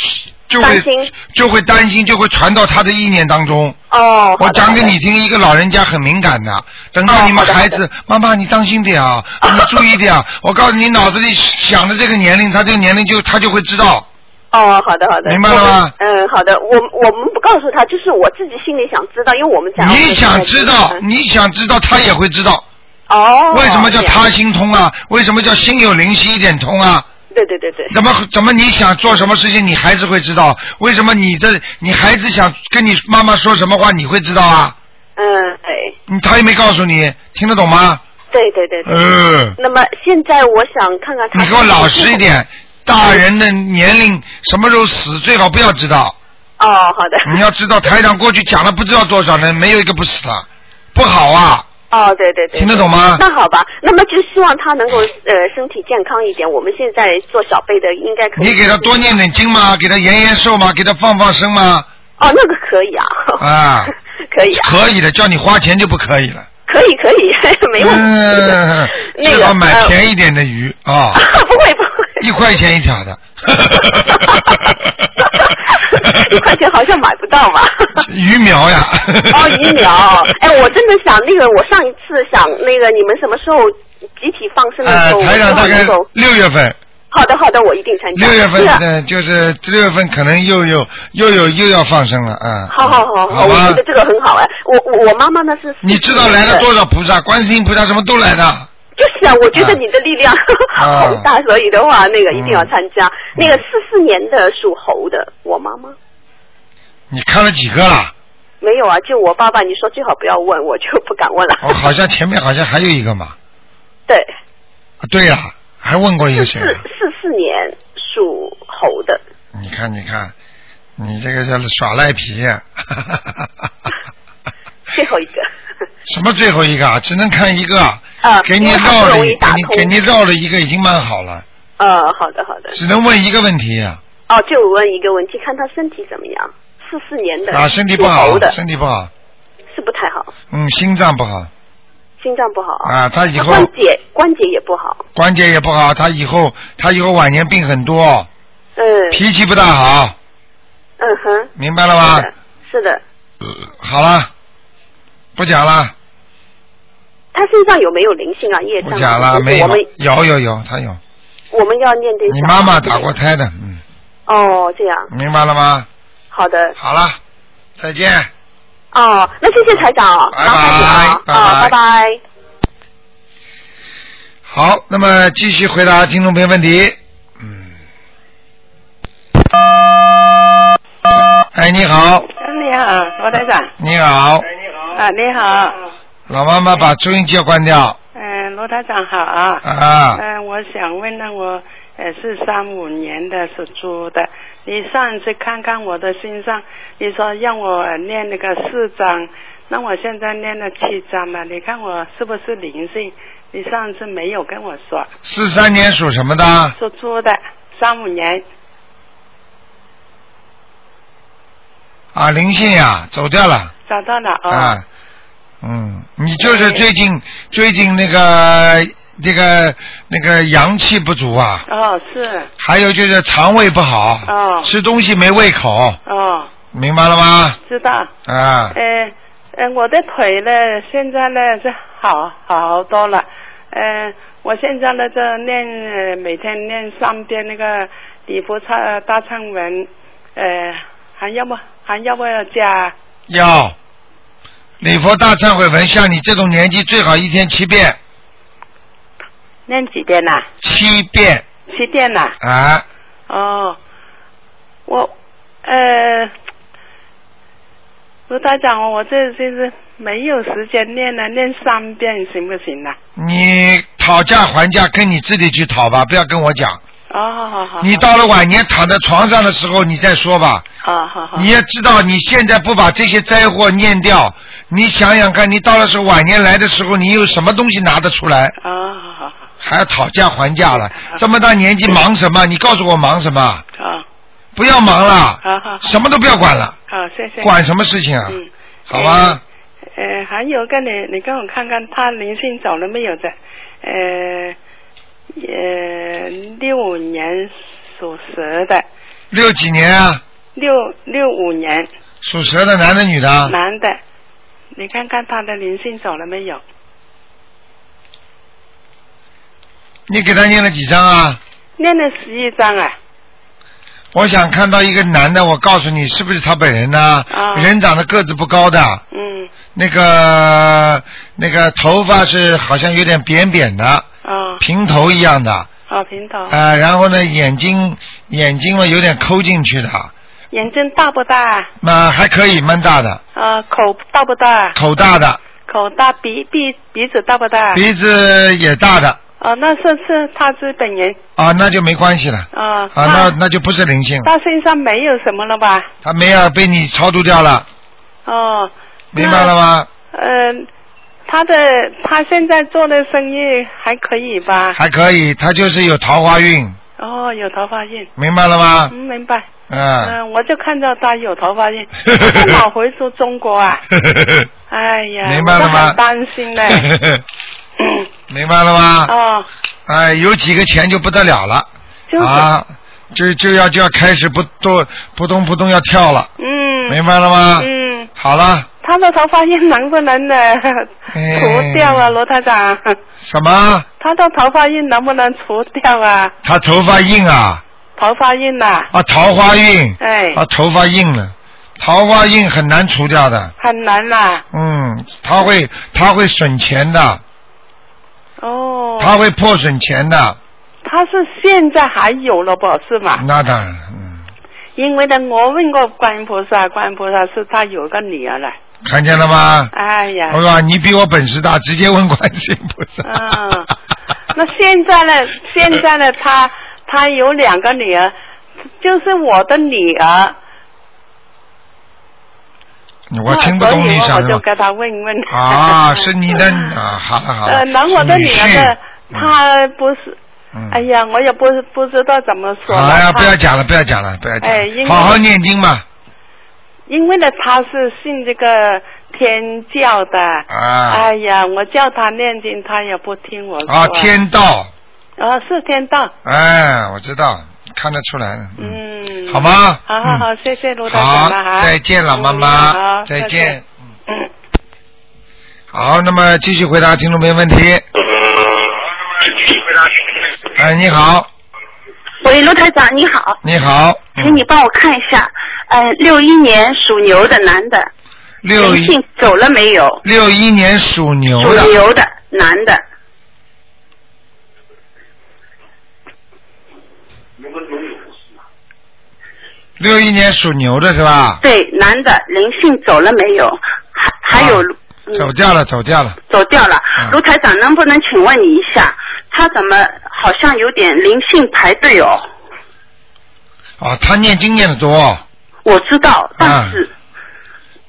[SPEAKER 1] 就
[SPEAKER 9] 担
[SPEAKER 1] 会
[SPEAKER 9] 心
[SPEAKER 1] 就会担心，就会传到他的意念当中。
[SPEAKER 9] 哦，
[SPEAKER 1] 我讲给
[SPEAKER 9] 你。
[SPEAKER 1] 你听，一个老人家很敏感的，等
[SPEAKER 9] 哦
[SPEAKER 1] 到你们孩子，妈妈你当心点啊，你们注意点啊。我告诉你，脑子里想的这个年龄，他这个年龄就他就会知道。
[SPEAKER 9] 哦，好的好的，
[SPEAKER 1] 明白了吗
[SPEAKER 9] 我们嗯，好的，我我们不告诉他，就是我自己心里想知道，因为我们讲
[SPEAKER 1] 你想知道，你想知道，他也会知道。
[SPEAKER 9] 哦，
[SPEAKER 1] 为什么叫
[SPEAKER 9] 这样
[SPEAKER 1] 他？心通啊？为什么叫心有灵犀一点通啊？
[SPEAKER 9] 对对对对，
[SPEAKER 1] 怎么怎么你想做什么事情，你孩子会知道？为什么你这你孩子想跟你妈妈说什么话，你会知道啊？
[SPEAKER 9] 嗯，对
[SPEAKER 1] 嗯他也没告诉你，听得懂吗？
[SPEAKER 9] 对对对对。
[SPEAKER 1] 嗯，
[SPEAKER 9] 那么现在我想看看他，
[SPEAKER 1] 你给我老实一。点。大人的年龄什么时候死，最好不要知道。
[SPEAKER 9] 哦，好的。
[SPEAKER 1] 你要知道，台长过去讲了不知道多少人，没有一个不死的，不好啊！
[SPEAKER 9] 哦，对对对。
[SPEAKER 1] 听得懂啊吗
[SPEAKER 9] 那好吧，那么就希望他能够呃身体健康一点。我们现在做小辈的应该可以。
[SPEAKER 1] 你给他多念点经嘛，给他延延寿嘛，给他放放生嘛，
[SPEAKER 9] 哦，那个可以啊。
[SPEAKER 1] 啊，
[SPEAKER 9] 可以啊，
[SPEAKER 1] 可以的。叫你花钱就不可以了。
[SPEAKER 9] 可以可以， 没问
[SPEAKER 1] 嗯
[SPEAKER 9] 题。那
[SPEAKER 1] 最
[SPEAKER 9] 个
[SPEAKER 1] 好买
[SPEAKER 9] 呃，
[SPEAKER 1] 便宜点的鱼啊
[SPEAKER 9] 不会不会。。
[SPEAKER 1] 一块钱一条的
[SPEAKER 9] 一块钱好像买不到吧？
[SPEAKER 1] 鱼苗呀。
[SPEAKER 9] 哦，鱼 苗，哎，我真的想那个，我上一次想那个，你们什么时候集体放生的时
[SPEAKER 1] 呃
[SPEAKER 9] 候，，我
[SPEAKER 1] 台
[SPEAKER 9] 希
[SPEAKER 1] 长大
[SPEAKER 9] 望
[SPEAKER 1] 概
[SPEAKER 9] 能够。
[SPEAKER 1] 六月份，
[SPEAKER 9] 好的好的，我一定参加。
[SPEAKER 1] 六月份
[SPEAKER 9] 是啊
[SPEAKER 1] 的就是六月份可能又有又有又要放生了啊。
[SPEAKER 9] 好好好
[SPEAKER 1] 好
[SPEAKER 9] 我
[SPEAKER 1] 吧
[SPEAKER 9] 觉得，这个很好哎。我我我妈妈呢是。
[SPEAKER 1] 你知道来了多？少菩萨，观世音菩萨什么都来的。
[SPEAKER 9] 就是啊，我觉得你的力量
[SPEAKER 1] 啊 嗯
[SPEAKER 9] 好大，所以的话，那个一定要参加。那个四四年的属猴的，我妈妈
[SPEAKER 1] 你看了几个了？
[SPEAKER 9] 没有啊，就我爸爸，你说最好不要问，我就不敢问了。
[SPEAKER 1] 我哦好像前面好像还有一个嘛。
[SPEAKER 9] 对，
[SPEAKER 1] 啊对呀、还问过一个谁
[SPEAKER 9] 四四
[SPEAKER 1] 啊？
[SPEAKER 9] 四四年属猴的，
[SPEAKER 1] 你看，你看，你这个叫耍赖皮、 哈哈哈哈哈哈
[SPEAKER 9] 最后一个。
[SPEAKER 1] 什么最后一个啊？只能看一个啊，
[SPEAKER 9] 啊，
[SPEAKER 1] 给你
[SPEAKER 9] 因为好
[SPEAKER 1] 绕
[SPEAKER 9] 不
[SPEAKER 1] 了
[SPEAKER 9] 容
[SPEAKER 1] 一，
[SPEAKER 9] 易
[SPEAKER 1] 给
[SPEAKER 9] 打
[SPEAKER 1] 你
[SPEAKER 9] 通。
[SPEAKER 1] 给你绕了一个，已经蛮好了。
[SPEAKER 9] 呃，好的好的。
[SPEAKER 1] 只能问一个问题啊，
[SPEAKER 9] 哦，就我问一个问题，看他身体怎么样？四四年的。
[SPEAKER 1] 啊身体不
[SPEAKER 9] 属
[SPEAKER 1] 好
[SPEAKER 9] 猴，的
[SPEAKER 1] 身体不好，
[SPEAKER 9] 是不太好，
[SPEAKER 1] 嗯，心脏不好
[SPEAKER 9] 心脏不好。
[SPEAKER 1] 啊，他以后
[SPEAKER 9] 关节关节也不好。
[SPEAKER 1] 关节也不好，他以后他以后晚年病很多，
[SPEAKER 9] 嗯
[SPEAKER 1] 脾气不大好，
[SPEAKER 9] 嗯哼。
[SPEAKER 1] 明白了
[SPEAKER 9] 是
[SPEAKER 1] 吗？
[SPEAKER 9] 的，是的。
[SPEAKER 1] 呃好了，不讲了，
[SPEAKER 9] 他身上有没有灵性啊？业
[SPEAKER 1] 不
[SPEAKER 9] 障啊？
[SPEAKER 1] 讲了，
[SPEAKER 9] 就是
[SPEAKER 1] 没
[SPEAKER 9] 我
[SPEAKER 1] 有
[SPEAKER 9] 们，
[SPEAKER 1] 有有有，他有，
[SPEAKER 9] 我们要念这
[SPEAKER 1] 你
[SPEAKER 9] 小
[SPEAKER 1] 妈妈
[SPEAKER 9] 房子
[SPEAKER 1] 打过胎的，嗯，
[SPEAKER 9] 哦，这样
[SPEAKER 1] 明白了吗？
[SPEAKER 9] 好的
[SPEAKER 1] 好了，再见。
[SPEAKER 9] 哦，那谢谢台长啊，
[SPEAKER 1] 拜拜
[SPEAKER 9] 麻烦你啊，啊，
[SPEAKER 1] 拜拜
[SPEAKER 9] 拜拜。
[SPEAKER 1] 好，那么继续回答听众朋友问题。嗯。哎，你好，
[SPEAKER 2] 你好，罗台长。
[SPEAKER 1] 哎你好，
[SPEAKER 2] 啊，你好。
[SPEAKER 1] 老妈妈把收音机关掉
[SPEAKER 2] 嗯、罗台长好啊。
[SPEAKER 1] 啊
[SPEAKER 2] 嗯、。我想问呢，我呃是三五年的属猪的，你上次看看我的心脏，你说让我呃念那个四章，那我现在念了七章了，你看我是不是灵性？你上次没有跟我说，
[SPEAKER 1] 四三年属什么的？
[SPEAKER 2] 属猪的，三五年
[SPEAKER 1] 啊，灵性呀、走掉了、
[SPEAKER 2] 找到了哦。
[SPEAKER 1] 啊。嗯，你就是最近最近那个这个那个阳气不足啊，
[SPEAKER 2] 哦，是
[SPEAKER 1] 还有就是肠胃不好，
[SPEAKER 2] 哦
[SPEAKER 1] 吃东西没胃口，
[SPEAKER 2] 哦，
[SPEAKER 1] 明白了吗？
[SPEAKER 2] 知道。
[SPEAKER 1] 啊，
[SPEAKER 2] 呃呃，我的腿呢，现在呢是好好多了。呃，我现在呢就练、呃、每天练三遍那个礼佛忏大忏文，呃，还要不还要不要加？
[SPEAKER 1] 要礼佛大忏悔文，像你这种年纪，最好一天七遍，
[SPEAKER 2] 练几遍啊呐、
[SPEAKER 1] 七遍
[SPEAKER 2] 七遍呐、
[SPEAKER 1] 啊，
[SPEAKER 2] 哦，我呃，卢台长，我这就是没有时间练了，练三遍行不行呢、啊
[SPEAKER 1] 你讨价还价，跟你自己去讨吧，不要跟我讲，
[SPEAKER 2] 哦，好好好。
[SPEAKER 1] 你到了晚年躺在床上的时候，你再说吧。
[SPEAKER 2] 啊，好好。
[SPEAKER 1] 你也知道，你现在不把这些灾祸念掉，你想想看，你到了时候晚年来的时候，你有什么东西拿得出来？
[SPEAKER 2] 啊，好好
[SPEAKER 1] 还要讨价还价了，这么大年纪忙什么？你告诉我忙什么？
[SPEAKER 2] 好。
[SPEAKER 1] 不要忙了，
[SPEAKER 2] 好好。
[SPEAKER 1] 什么都不要管了，
[SPEAKER 2] 好，谢谢。
[SPEAKER 1] 管什么事情啊？
[SPEAKER 2] 嗯，
[SPEAKER 1] 好吧，
[SPEAKER 2] 呃，还有个你，你跟我看看他灵性走了没有的？呃，呃，六年属蛇的，
[SPEAKER 1] 六几年啊，
[SPEAKER 2] 六六五年
[SPEAKER 1] 属蛇的男的女的啊？
[SPEAKER 2] 男的，你看看他的灵性走了没有？
[SPEAKER 1] 你给他念了几张啊？
[SPEAKER 2] 念了十一章啊，
[SPEAKER 1] 我想看到一个男的，我告诉你是不是他本人呢、
[SPEAKER 2] 啊
[SPEAKER 1] 人长得个子不高的，
[SPEAKER 2] 嗯，
[SPEAKER 1] 那个那个头发是好像有点扁扁的，
[SPEAKER 2] 啊、
[SPEAKER 1] 平头一样的，啊、
[SPEAKER 2] 啊，平头，
[SPEAKER 1] 然后呢眼睛眼睛嘛有点抠进去的，
[SPEAKER 2] 眼睛大不大啊？
[SPEAKER 1] 那、还可以，蛮大的，
[SPEAKER 2] 啊，口大不大？
[SPEAKER 1] 口大的，
[SPEAKER 2] 口大，鼻鼻鼻子大不大？
[SPEAKER 1] 鼻子也大的，
[SPEAKER 2] 啊，那是是他是本人
[SPEAKER 1] 啊，那就没关系了，
[SPEAKER 2] 啊。
[SPEAKER 1] 啊，那
[SPEAKER 2] 他
[SPEAKER 1] 那就不是灵性，
[SPEAKER 2] 他身上没有什么了吧？
[SPEAKER 1] 他没有被你超度掉了，
[SPEAKER 2] 哦，
[SPEAKER 1] 明白了吗？
[SPEAKER 2] 嗯、他的他现在做的生意还可以吧？
[SPEAKER 1] 还可以，他就是有桃花运，
[SPEAKER 2] 哦，有桃花运。
[SPEAKER 1] 明白了吗？
[SPEAKER 2] 嗯，明白。 嗯、
[SPEAKER 1] 嗯，
[SPEAKER 2] 我就看到他有桃花运， 他老回出中国啊！哎呀，
[SPEAKER 1] 明白了吗
[SPEAKER 2] 我都很担心 呢。嗯
[SPEAKER 1] 明白了吗？
[SPEAKER 2] 哦，
[SPEAKER 1] 哎，有几个钱就不得了了
[SPEAKER 2] 就是，
[SPEAKER 1] 啊，就就要就要开始不动扑通扑通要跳了，
[SPEAKER 2] 嗯，
[SPEAKER 1] 明白了吗？
[SPEAKER 2] 嗯，
[SPEAKER 1] 好了，
[SPEAKER 2] 他的头发印能不能呢呃
[SPEAKER 1] 哎
[SPEAKER 2] 除掉啊，罗台长？
[SPEAKER 1] 什么？
[SPEAKER 2] 他的头发印能不能除掉啊？
[SPEAKER 1] 他头发硬啊
[SPEAKER 2] 头发印呐、
[SPEAKER 1] 啊，桃花运
[SPEAKER 2] 哎，
[SPEAKER 1] 啊，头发硬了，桃花运很难除掉的，
[SPEAKER 2] 很难啦、
[SPEAKER 1] 嗯，他会他会损钱的，
[SPEAKER 2] 哦，啊
[SPEAKER 1] 他会破损钱的，
[SPEAKER 2] 他是现在还有了不是嘛？
[SPEAKER 1] 那当然了，嗯，
[SPEAKER 2] 因为呢，我问过观音菩萨，观音菩萨是他有个女儿了。
[SPEAKER 1] 看见了吗？
[SPEAKER 2] 哎呀，
[SPEAKER 1] 我说你比我本事大，直接问观世音菩萨。
[SPEAKER 2] 嗯，那现在呢？现在呢？他他有两个女儿，就是我的女儿。
[SPEAKER 1] 我听不懂你
[SPEAKER 2] 那
[SPEAKER 1] 想
[SPEAKER 2] 所以我
[SPEAKER 1] 什
[SPEAKER 2] 就
[SPEAKER 1] 么。
[SPEAKER 2] 跟他问问。
[SPEAKER 1] 啊，是你 的啊，好了好了。
[SPEAKER 2] 嗯呃，然后我的女
[SPEAKER 1] 是
[SPEAKER 2] 儿呢，
[SPEAKER 1] 你去
[SPEAKER 2] 她不是，
[SPEAKER 1] 嗯
[SPEAKER 2] 哎呀，我也不不知道怎么说了。
[SPEAKER 1] 好呀，
[SPEAKER 2] 她
[SPEAKER 1] 不要讲了，不要讲了，不要讲
[SPEAKER 2] 哎因
[SPEAKER 1] 了，
[SPEAKER 2] 为
[SPEAKER 1] 好好念经嘛。
[SPEAKER 2] 因为呢，她是信这个天教的。
[SPEAKER 1] 啊
[SPEAKER 2] 哎呀，我叫她念经，她也不听我说。
[SPEAKER 1] 啊，天道，
[SPEAKER 2] 啊，是天道。
[SPEAKER 1] 哎，我知道，看得出来了。
[SPEAKER 2] 嗯。
[SPEAKER 1] 好吗？
[SPEAKER 2] 好好好，谢谢卢
[SPEAKER 1] 嗯
[SPEAKER 2] 大长
[SPEAKER 1] 好
[SPEAKER 2] 了哈。，
[SPEAKER 1] 再见了，
[SPEAKER 2] 嗯
[SPEAKER 1] 妈
[SPEAKER 2] 好
[SPEAKER 1] 妈，
[SPEAKER 2] 再
[SPEAKER 1] 再
[SPEAKER 2] 见
[SPEAKER 1] 见。。嗯好，那么继续回答听众朋友问题。哎，你好，
[SPEAKER 8] 喂，卢台长你好，
[SPEAKER 1] 你好，
[SPEAKER 8] 请你帮我看一下，呃，六一年属牛的男的，
[SPEAKER 1] 六
[SPEAKER 8] 灵
[SPEAKER 1] 一
[SPEAKER 8] 性走了没有？
[SPEAKER 1] 六一年属牛
[SPEAKER 8] 属
[SPEAKER 1] 的，
[SPEAKER 8] 牛的男的，
[SPEAKER 1] 六一年属牛的是吧？
[SPEAKER 8] 对，男的灵性走了没有？还还有、
[SPEAKER 1] 啊走掉了，走掉了。
[SPEAKER 8] 走掉了
[SPEAKER 1] 嗯。
[SPEAKER 8] 卢台长，能不能请问你一下，他怎么好像有点灵性排队哦？
[SPEAKER 1] 啊，他念经念的多，
[SPEAKER 8] 我知
[SPEAKER 1] 啊
[SPEAKER 8] 道，但是、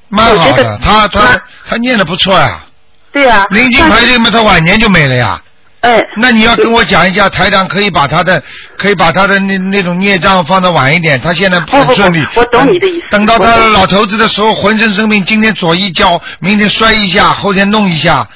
[SPEAKER 1] 蛮好
[SPEAKER 8] 我觉
[SPEAKER 1] 的。
[SPEAKER 8] 得
[SPEAKER 1] 他他
[SPEAKER 8] 那
[SPEAKER 1] 他念的不错呀、
[SPEAKER 8] 对啊，
[SPEAKER 1] 灵性排队嘛，他晚年就没了呀。
[SPEAKER 8] 但是哎，
[SPEAKER 1] 那你要跟我讲一下，台长可以把他的可以把他的那那种孽障放到晚一点，他现在
[SPEAKER 8] 不不
[SPEAKER 1] 很顺利。
[SPEAKER 8] 不我懂你的意思
[SPEAKER 1] 等到
[SPEAKER 8] 我
[SPEAKER 1] 他
[SPEAKER 8] 懂
[SPEAKER 1] 老头子的时候，浑身生病，今天左一跤，明天摔一下，后天弄一下，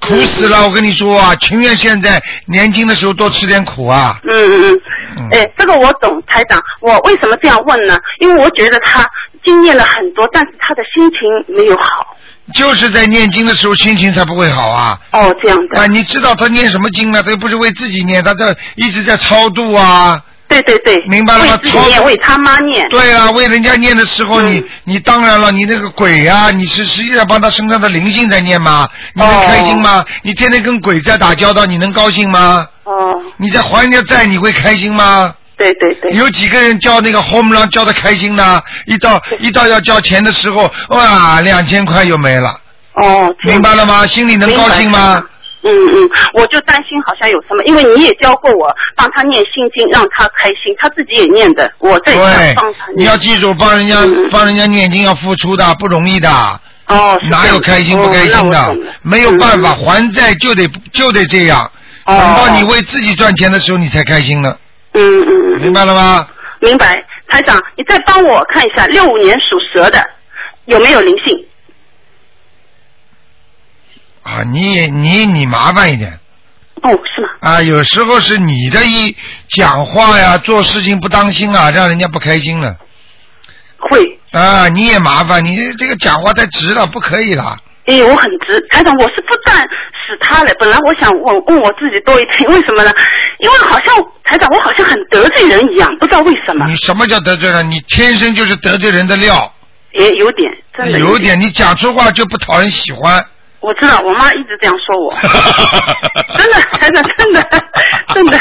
[SPEAKER 1] 苦死
[SPEAKER 8] 嗯
[SPEAKER 1] 了！我跟你说啊，情愿现在年轻的时候多吃点苦啊。
[SPEAKER 8] 嗯嗯
[SPEAKER 1] 嗯
[SPEAKER 8] 嗯，哎，这个我懂，台长。我为什么这样问呢？因为我觉得他经验了很多，但是他的心情没有好。
[SPEAKER 1] 就是在念经的时候心情才不会好啊。
[SPEAKER 8] 哦，这样
[SPEAKER 1] 啊，
[SPEAKER 8] 的。
[SPEAKER 1] 你知道他念什么经呢？他又不是为自己念，他在一直在超度啊。
[SPEAKER 8] 对对对。
[SPEAKER 1] 明白了吗
[SPEAKER 8] 为自己
[SPEAKER 1] 超
[SPEAKER 8] 念，为他妈念。
[SPEAKER 1] 对啊，为人家念的时候，你
[SPEAKER 8] 嗯
[SPEAKER 1] 你当然了，你那个鬼啊，你是实际上帮他身上的灵性在念吗？你
[SPEAKER 8] 哦
[SPEAKER 1] 能开心吗？你天天跟鬼在打交道，你能高兴吗？
[SPEAKER 8] 哦，
[SPEAKER 1] 你在还人家债，你会开心吗？
[SPEAKER 8] 对对对。
[SPEAKER 1] 有几个人交那个 home loan 交的开心呢？一到一到要交钱的时候，哇，两千块又没了，
[SPEAKER 8] 哦，这样
[SPEAKER 1] 明白了吗？心里能
[SPEAKER 8] 明白
[SPEAKER 1] 高兴吗？
[SPEAKER 8] 嗯嗯，我就担心好像有什么，因为你也教过我帮他念心经，让他开心，他自己也念的，我这
[SPEAKER 1] 对
[SPEAKER 8] 也帮他，
[SPEAKER 1] 你
[SPEAKER 8] 念。
[SPEAKER 1] 要记住，帮人家帮人家念经要付出的，不容易的。
[SPEAKER 8] 哦，嗯是这样
[SPEAKER 1] 哪有开心不开心
[SPEAKER 8] 哦那我
[SPEAKER 1] 的
[SPEAKER 8] 懂了？嗯
[SPEAKER 1] 没有办法，还债就得就得这样。等
[SPEAKER 8] 哦
[SPEAKER 1] 到你为自己赚钱的时候，你才开心呢。
[SPEAKER 8] 嗯嗯，
[SPEAKER 1] 明白了吗？
[SPEAKER 8] 明白，台长，你再帮我看一下，六五年属蛇的有没有灵性？
[SPEAKER 1] 啊，你也你你麻烦一点。
[SPEAKER 8] 哦，是吗？
[SPEAKER 1] 啊，有时候是你的一讲话呀，做事情不当心啊，让人家不开心了。
[SPEAKER 8] 会。
[SPEAKER 1] 啊，你也麻烦，你这个讲话太直了，不可以了。
[SPEAKER 8] 哎，我很直，台长，我是不但使他了，本来我想问问我自己多一点， 为什么呢？因为好像台长，我好像很得罪人一样，不知道为什么，
[SPEAKER 1] 你什么叫得罪人？你天生就是得罪人的料，
[SPEAKER 8] 也有点，真的
[SPEAKER 1] 有
[SPEAKER 8] 点。
[SPEAKER 1] 点你讲出话就不讨人喜欢。
[SPEAKER 8] 我知道，我妈一直这样说 我， 真的，台长，真的，真的，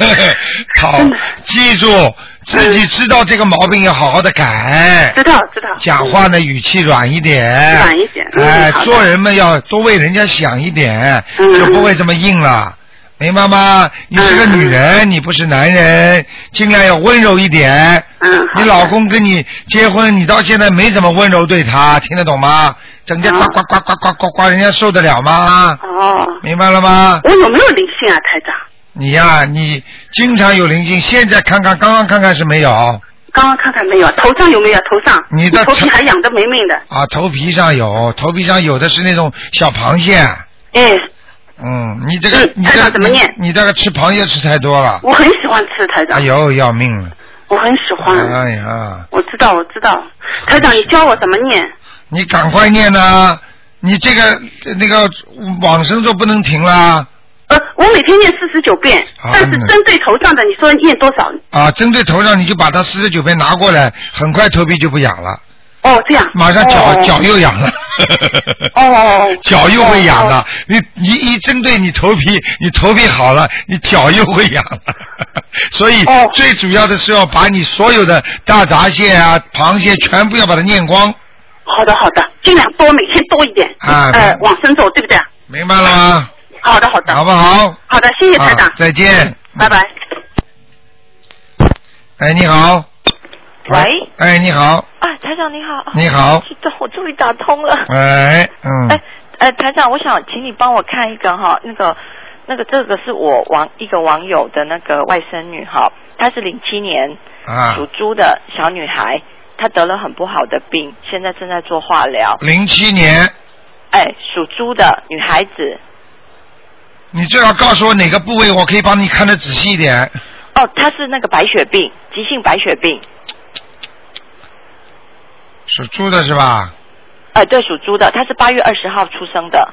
[SPEAKER 1] 好，记住自己知道这个毛病要好好的改。
[SPEAKER 8] 知道知道。
[SPEAKER 1] 讲话呢，语气软一点。
[SPEAKER 8] 嗯软一点嗯
[SPEAKER 1] 哎
[SPEAKER 8] 好，的嗯
[SPEAKER 1] 做人们要多为人家想一点，就不会这么硬了。明白吗？你是
[SPEAKER 8] 嗯
[SPEAKER 1] 个女人，你不是男人，尽量要温柔一点。
[SPEAKER 8] 嗯。
[SPEAKER 1] 你老公跟你结婚，你到现在没怎么温柔对他，听得懂吗？整天
[SPEAKER 8] 啊
[SPEAKER 1] 呱呱呱呱呱呱呱，人家受得了吗？
[SPEAKER 8] 哦，
[SPEAKER 1] 明白了吗？
[SPEAKER 8] 我有没有灵性啊，台长？
[SPEAKER 1] 你呀、你经常有灵性，现在看看，刚刚看看是没有啊
[SPEAKER 8] 刚刚看看没有，头上有没有？头上，
[SPEAKER 1] 你的
[SPEAKER 8] 头皮
[SPEAKER 1] 头
[SPEAKER 8] 还痒得没命的。
[SPEAKER 1] 啊，头皮上有，头皮上有的是那种小螃蟹。
[SPEAKER 8] 哎，
[SPEAKER 1] 嗯，你这个、
[SPEAKER 8] 嗯
[SPEAKER 1] 你
[SPEAKER 8] 台
[SPEAKER 1] 这
[SPEAKER 8] 长
[SPEAKER 1] 个
[SPEAKER 8] 怎么念
[SPEAKER 1] 你？你这个吃螃蟹吃太多了，
[SPEAKER 8] 我很喜欢吃台长
[SPEAKER 1] 哎，呦，要命了！
[SPEAKER 8] 我很喜欢。
[SPEAKER 1] 哎呀，
[SPEAKER 8] 我知道，我知道，台长，你教我怎么念？
[SPEAKER 1] 你赶快念呐、你这个那个往生咒不能停啦
[SPEAKER 8] 呃，我每天念四十九遍，
[SPEAKER 1] 啊
[SPEAKER 8] 但是
[SPEAKER 1] 嗯
[SPEAKER 8] 针对头上的，你说念多少？
[SPEAKER 1] 啊！针对头上，你就把它四十九遍拿过来，很快头皮就不痒了，
[SPEAKER 8] 哦，这样。
[SPEAKER 1] 马上脚、
[SPEAKER 8] 哦
[SPEAKER 1] 脚又痒了。
[SPEAKER 8] 哦哦哦，
[SPEAKER 1] 脚又会痒
[SPEAKER 8] 哦。
[SPEAKER 1] 了，你你一针对你头皮，你头皮好了，你脚又会痒了。 所以
[SPEAKER 8] 哦
[SPEAKER 1] 最主要的是要把你所有的大闸蟹啊、螃蟹全部要把它念光，
[SPEAKER 8] 好的，好的，尽量多，每天多一点。
[SPEAKER 1] 啊
[SPEAKER 8] 呃，往生咒，对不对？
[SPEAKER 1] 明白了吗？
[SPEAKER 8] 好的，好的。
[SPEAKER 1] 好不好？
[SPEAKER 8] 好的，谢谢台长
[SPEAKER 1] 啊。再见。
[SPEAKER 8] 拜拜。
[SPEAKER 1] 哎，你好。
[SPEAKER 10] 喂。
[SPEAKER 1] 哎，你好。
[SPEAKER 10] 啊，台长你好。
[SPEAKER 1] 你好
[SPEAKER 10] 知道我终于打通了。
[SPEAKER 1] 哎，嗯
[SPEAKER 10] 哎，呃，台长，我想请你帮我看一个哈，那个那个这个是我网一个网友的那个外甥女哈，她是零七年
[SPEAKER 1] 啊
[SPEAKER 10] 属，猪的小女孩，她得了很不好的病，现在正在做化疗。
[SPEAKER 1] 零七年，
[SPEAKER 10] 哎，属猪的女孩子。
[SPEAKER 1] 你最好告诉我哪个部位，我可以帮你看得仔细一点。
[SPEAKER 10] 哦，她是那个白血病，急性白血病。
[SPEAKER 1] 属猪的是吧？
[SPEAKER 10] 哎，对，属猪的，她是八月二十号出生的。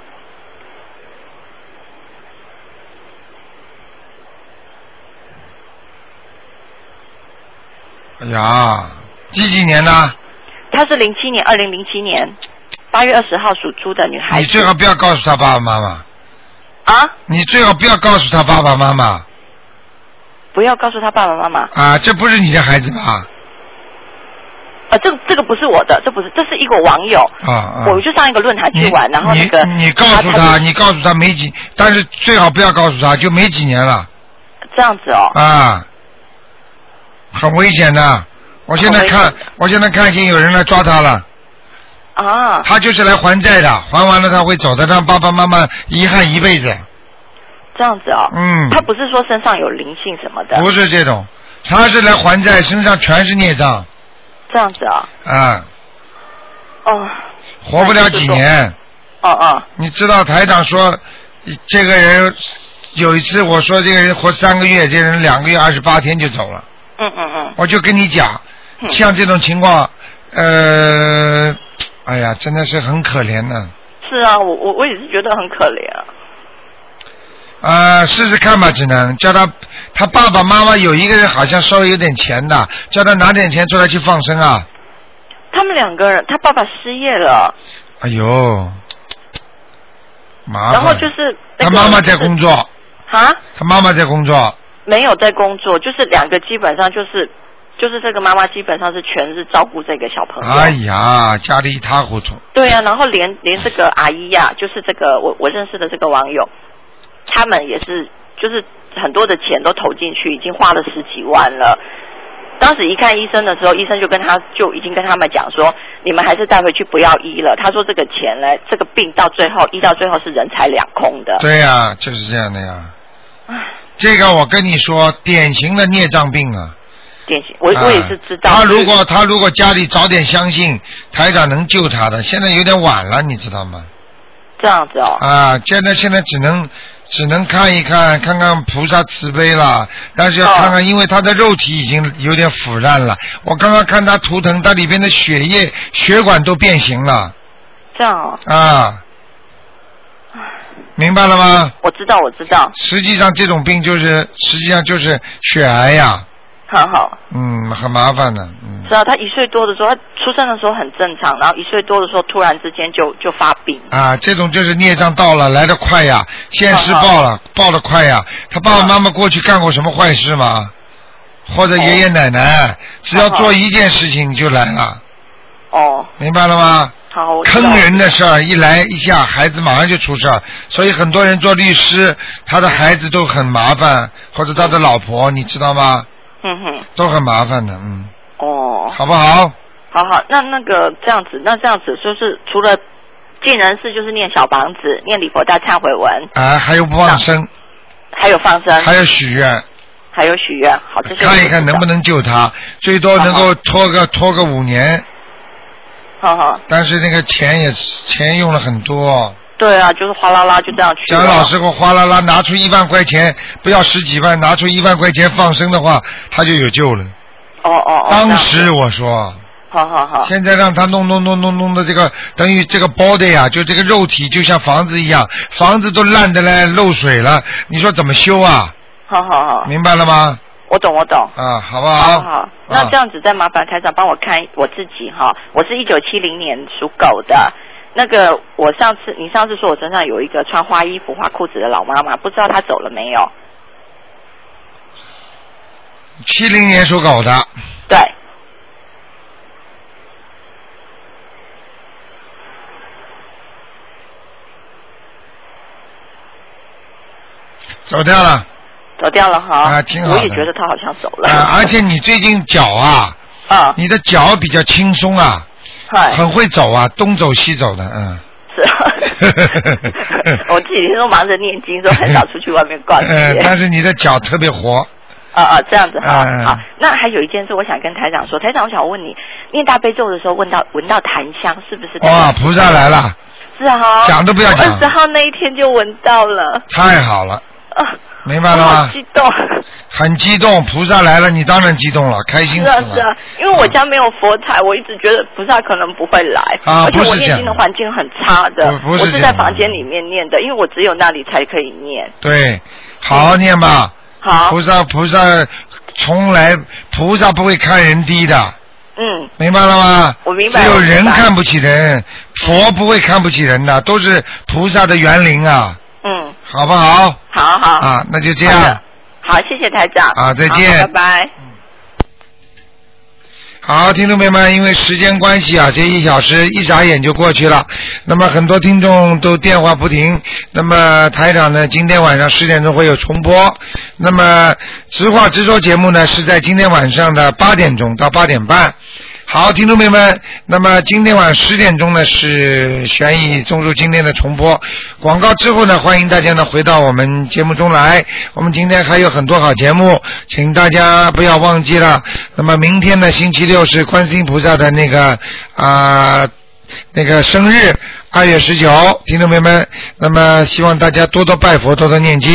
[SPEAKER 1] 哎呀，几几年的？
[SPEAKER 10] 她是零七年，二零零七年八月二十号属猪的女孩
[SPEAKER 1] 你
[SPEAKER 10] 子
[SPEAKER 1] 最好不要告诉他爸爸妈妈。
[SPEAKER 10] 啊，
[SPEAKER 1] 你最好不要告诉他爸爸妈妈
[SPEAKER 10] 不要告诉她爸爸妈妈。
[SPEAKER 1] 啊，这不是你的孩子吧？
[SPEAKER 10] 呃，这这个不是我的，这不是，这是一个网友，
[SPEAKER 1] 啊啊！
[SPEAKER 10] 我就上一个论坛去
[SPEAKER 1] 你
[SPEAKER 10] 玩，然后那个
[SPEAKER 1] 你你告诉他，你告诉他没几，但是最好不要告诉他，就没几年了
[SPEAKER 10] 这样子哦，
[SPEAKER 1] 啊，很危险的。我现在看，我现在看见有人来抓他了，
[SPEAKER 10] 啊，
[SPEAKER 1] 他就是来还债的，还完了他会走的，让爸爸妈妈遗憾一辈子。
[SPEAKER 10] 这样子哦，
[SPEAKER 1] 嗯
[SPEAKER 10] 他不是说身上有灵性什么的，
[SPEAKER 1] 不是这种，他是来还债，身上全是孽障
[SPEAKER 10] 这样子哦，
[SPEAKER 1] 啊，
[SPEAKER 10] 哦，
[SPEAKER 1] 活不了几年。
[SPEAKER 10] 哦哦，
[SPEAKER 1] 你知道台长说，这个人有一次我说这个人活三个月，这个人两个月二十八天就走了，
[SPEAKER 10] 嗯嗯嗯，
[SPEAKER 1] 我就跟你讲，像这种情况，呃，哎呀，真的是很可怜呢、
[SPEAKER 10] 是啊，我我我也是觉得很可怜啊，
[SPEAKER 1] 啊，试试看吧，只能叫他，他爸爸妈妈有一个人好像稍微有点钱的，叫他拿点钱出来去放生啊。
[SPEAKER 10] 他们两个人，他爸爸失业了，
[SPEAKER 1] 哎呦，麻烦。
[SPEAKER 10] 然后就是那
[SPEAKER 1] 啊他
[SPEAKER 10] 个
[SPEAKER 1] 妈妈在工作，
[SPEAKER 10] 啊，
[SPEAKER 1] 他妈妈在工作，
[SPEAKER 10] 没有在工作，就是两个基本上就是
[SPEAKER 2] 就是这个妈妈基本上是全日照顾这个小朋友。
[SPEAKER 1] 哎呀，家里一塌糊涂。
[SPEAKER 2] 对呀、然后连连这个阿姨呀、就是这个我我认识的这个网友，他们也是就是很多的钱都投进去，已经花了十几万了。当时一看医生的时候，医生就跟他就已经跟他们讲说，你们还是带回去不要医了。他说这个钱呢，这个病到最后医到最后是人财两空的。
[SPEAKER 1] 对呀、就是这样的呀。这个我跟你说，典型的孽障病啊。
[SPEAKER 2] 典型，我、我也是知道。
[SPEAKER 1] 啊他如果他如果家里早点相信台长能救他的，现在有点晚了，你知道吗？
[SPEAKER 2] 这样子哦。
[SPEAKER 1] 啊，现在现在只能只能看一看，看看菩萨慈悲了，但是要看
[SPEAKER 2] 哦
[SPEAKER 1] 看，因为他的肉体已经有点腐烂了。我刚刚看他图腾，他里边的血液血管都变形了
[SPEAKER 2] 这样哦，
[SPEAKER 1] 啊，明白了吗？
[SPEAKER 2] 我知道，我知道，
[SPEAKER 1] 实际上这种病就是实际上就是血癌呀，
[SPEAKER 2] 很好。
[SPEAKER 1] 嗯，很麻烦的，嗯
[SPEAKER 2] 知道他一岁多的时候，他出生的时候很正常，然后一岁多的时候突然之间就就发病。
[SPEAKER 1] 啊，这种就是孽障到了，来得快呀，现世报
[SPEAKER 2] 啊
[SPEAKER 1] 了，报得快呀。他爸爸妈妈过去干过什么坏事吗？或者爷爷奶奶，只要做一件事情就来了，
[SPEAKER 2] 哦，
[SPEAKER 1] 明白了吗？
[SPEAKER 2] 啊好，我知道
[SPEAKER 1] 坑人的事儿一来一下，孩子马上就出事儿，所以很多人做律师，他的孩子都很麻烦，或者他的老婆，你知道吗？
[SPEAKER 2] 嗯哼，
[SPEAKER 1] 都很麻烦的，嗯，
[SPEAKER 2] 哦，
[SPEAKER 1] 好不好？
[SPEAKER 2] 好好，那那个这样子，那这样子就是除了尽人事，就是念小房子，念礼佛大忏悔文，
[SPEAKER 1] 啊，还有放生，
[SPEAKER 2] 还有放生，
[SPEAKER 1] 还有许愿，
[SPEAKER 2] 还有许愿。好，这些
[SPEAKER 1] 看一看能不能救他，最多能够拖个拖个五年，
[SPEAKER 2] 好好，
[SPEAKER 1] 但是那个钱也钱用了很多。
[SPEAKER 2] 对啊，就是哗啦啦就这样去了。
[SPEAKER 1] 讲老实话，哗啦啦拿出一万块钱，不要十几万，拿出一万块钱放生的话，他就有救了。
[SPEAKER 2] 哦哦哦，
[SPEAKER 1] 当时我说，
[SPEAKER 2] 好好好，
[SPEAKER 1] 现在让他弄弄弄弄弄的这个，等于这个 body 啊，就这个肉体就像房子一样，房子都烂的嘞，漏水了，你说怎么修啊？
[SPEAKER 2] 好好好，
[SPEAKER 1] 明白了吗？
[SPEAKER 2] 我懂我懂。
[SPEAKER 1] 啊，好不
[SPEAKER 2] 好好，那这样子再麻烦台长帮我看我自己哈，我是一九七零年属狗的。那个，我上次你上次说我身上有一个穿花衣服、花裤子的老妈妈，不知道她走了没有？
[SPEAKER 1] 七零年属狗的，
[SPEAKER 2] 对，
[SPEAKER 1] 走掉了
[SPEAKER 2] 走掉了哈。
[SPEAKER 1] 啊挺好的
[SPEAKER 2] 我也觉得她好像走了。
[SPEAKER 1] 啊！而且你最近脚啊，
[SPEAKER 2] 啊，
[SPEAKER 1] 你的脚比较轻松啊，
[SPEAKER 2] 嗨
[SPEAKER 1] 很会走啊，东走西走的，嗯。是
[SPEAKER 2] 我自己都忙着念经，都很少出去外面逛 街。
[SPEAKER 1] 呃，但是你的脚特别活，
[SPEAKER 2] 啊啊，这样子哈、
[SPEAKER 1] 嗯
[SPEAKER 2] 好。那还有一件事，我想跟台长说，台长，我想问你，念大悲咒的时候，闻到闻到檀香，是不是？
[SPEAKER 1] 哇，菩萨来了，
[SPEAKER 2] 是哈、
[SPEAKER 1] 讲都不要讲
[SPEAKER 2] 二十号那一天就闻到了，啊
[SPEAKER 1] 太好了，明白
[SPEAKER 2] 我
[SPEAKER 1] 了
[SPEAKER 2] 好
[SPEAKER 1] 吗？
[SPEAKER 2] 激动。
[SPEAKER 1] 很激动，菩萨来了，你当然激动了，开心
[SPEAKER 2] 是
[SPEAKER 1] 死
[SPEAKER 2] 啊
[SPEAKER 1] 了。
[SPEAKER 2] 是啊，因为我家没有佛台，我一直觉得菩萨可能不会来，
[SPEAKER 1] 啊
[SPEAKER 2] 而且
[SPEAKER 1] 不是
[SPEAKER 2] 我
[SPEAKER 1] 这
[SPEAKER 2] 念
[SPEAKER 1] 样
[SPEAKER 2] 经的环境很差的，
[SPEAKER 1] 不不是
[SPEAKER 2] 我
[SPEAKER 1] 这样
[SPEAKER 2] 是在房间里面念的，因为我只有那里才可以念。
[SPEAKER 1] 对，好好念吧。
[SPEAKER 2] 好，
[SPEAKER 1] 菩萨菩萨从来菩萨不会看人低的，
[SPEAKER 2] 嗯，
[SPEAKER 1] 明白了吗？
[SPEAKER 2] 我明白
[SPEAKER 1] 只有
[SPEAKER 2] 我明白
[SPEAKER 1] 人看不起人，佛不会看不起人的，都是菩萨的园林啊，
[SPEAKER 2] 嗯，
[SPEAKER 1] 好不好？
[SPEAKER 2] 好好
[SPEAKER 1] 啊，那就这
[SPEAKER 2] 好
[SPEAKER 1] 样
[SPEAKER 2] 的。好，谢谢台长。
[SPEAKER 1] 啊再见
[SPEAKER 2] 好拜拜。
[SPEAKER 1] 好，听众朋友们，因为时间关系啊，这一小时一眨眼就过去了。那么很多听众都电话不停。那么台长呢，今天晚上十点钟会有重播。那么直话直说节目呢，是在今天晚上的八点钟到八点半。好，听众朋友们，那么今天晚十点钟呢是悬疑综述今天的重播广告之后呢，欢迎大家呢回到我们节目中来。我们今天还有很多好节目，请大家不要忘记了。那么明天呢，星期六是观世音菩萨的那个啊。那个生日，二月十九，听众朋友们，那么希望大家多多拜佛，多多念经。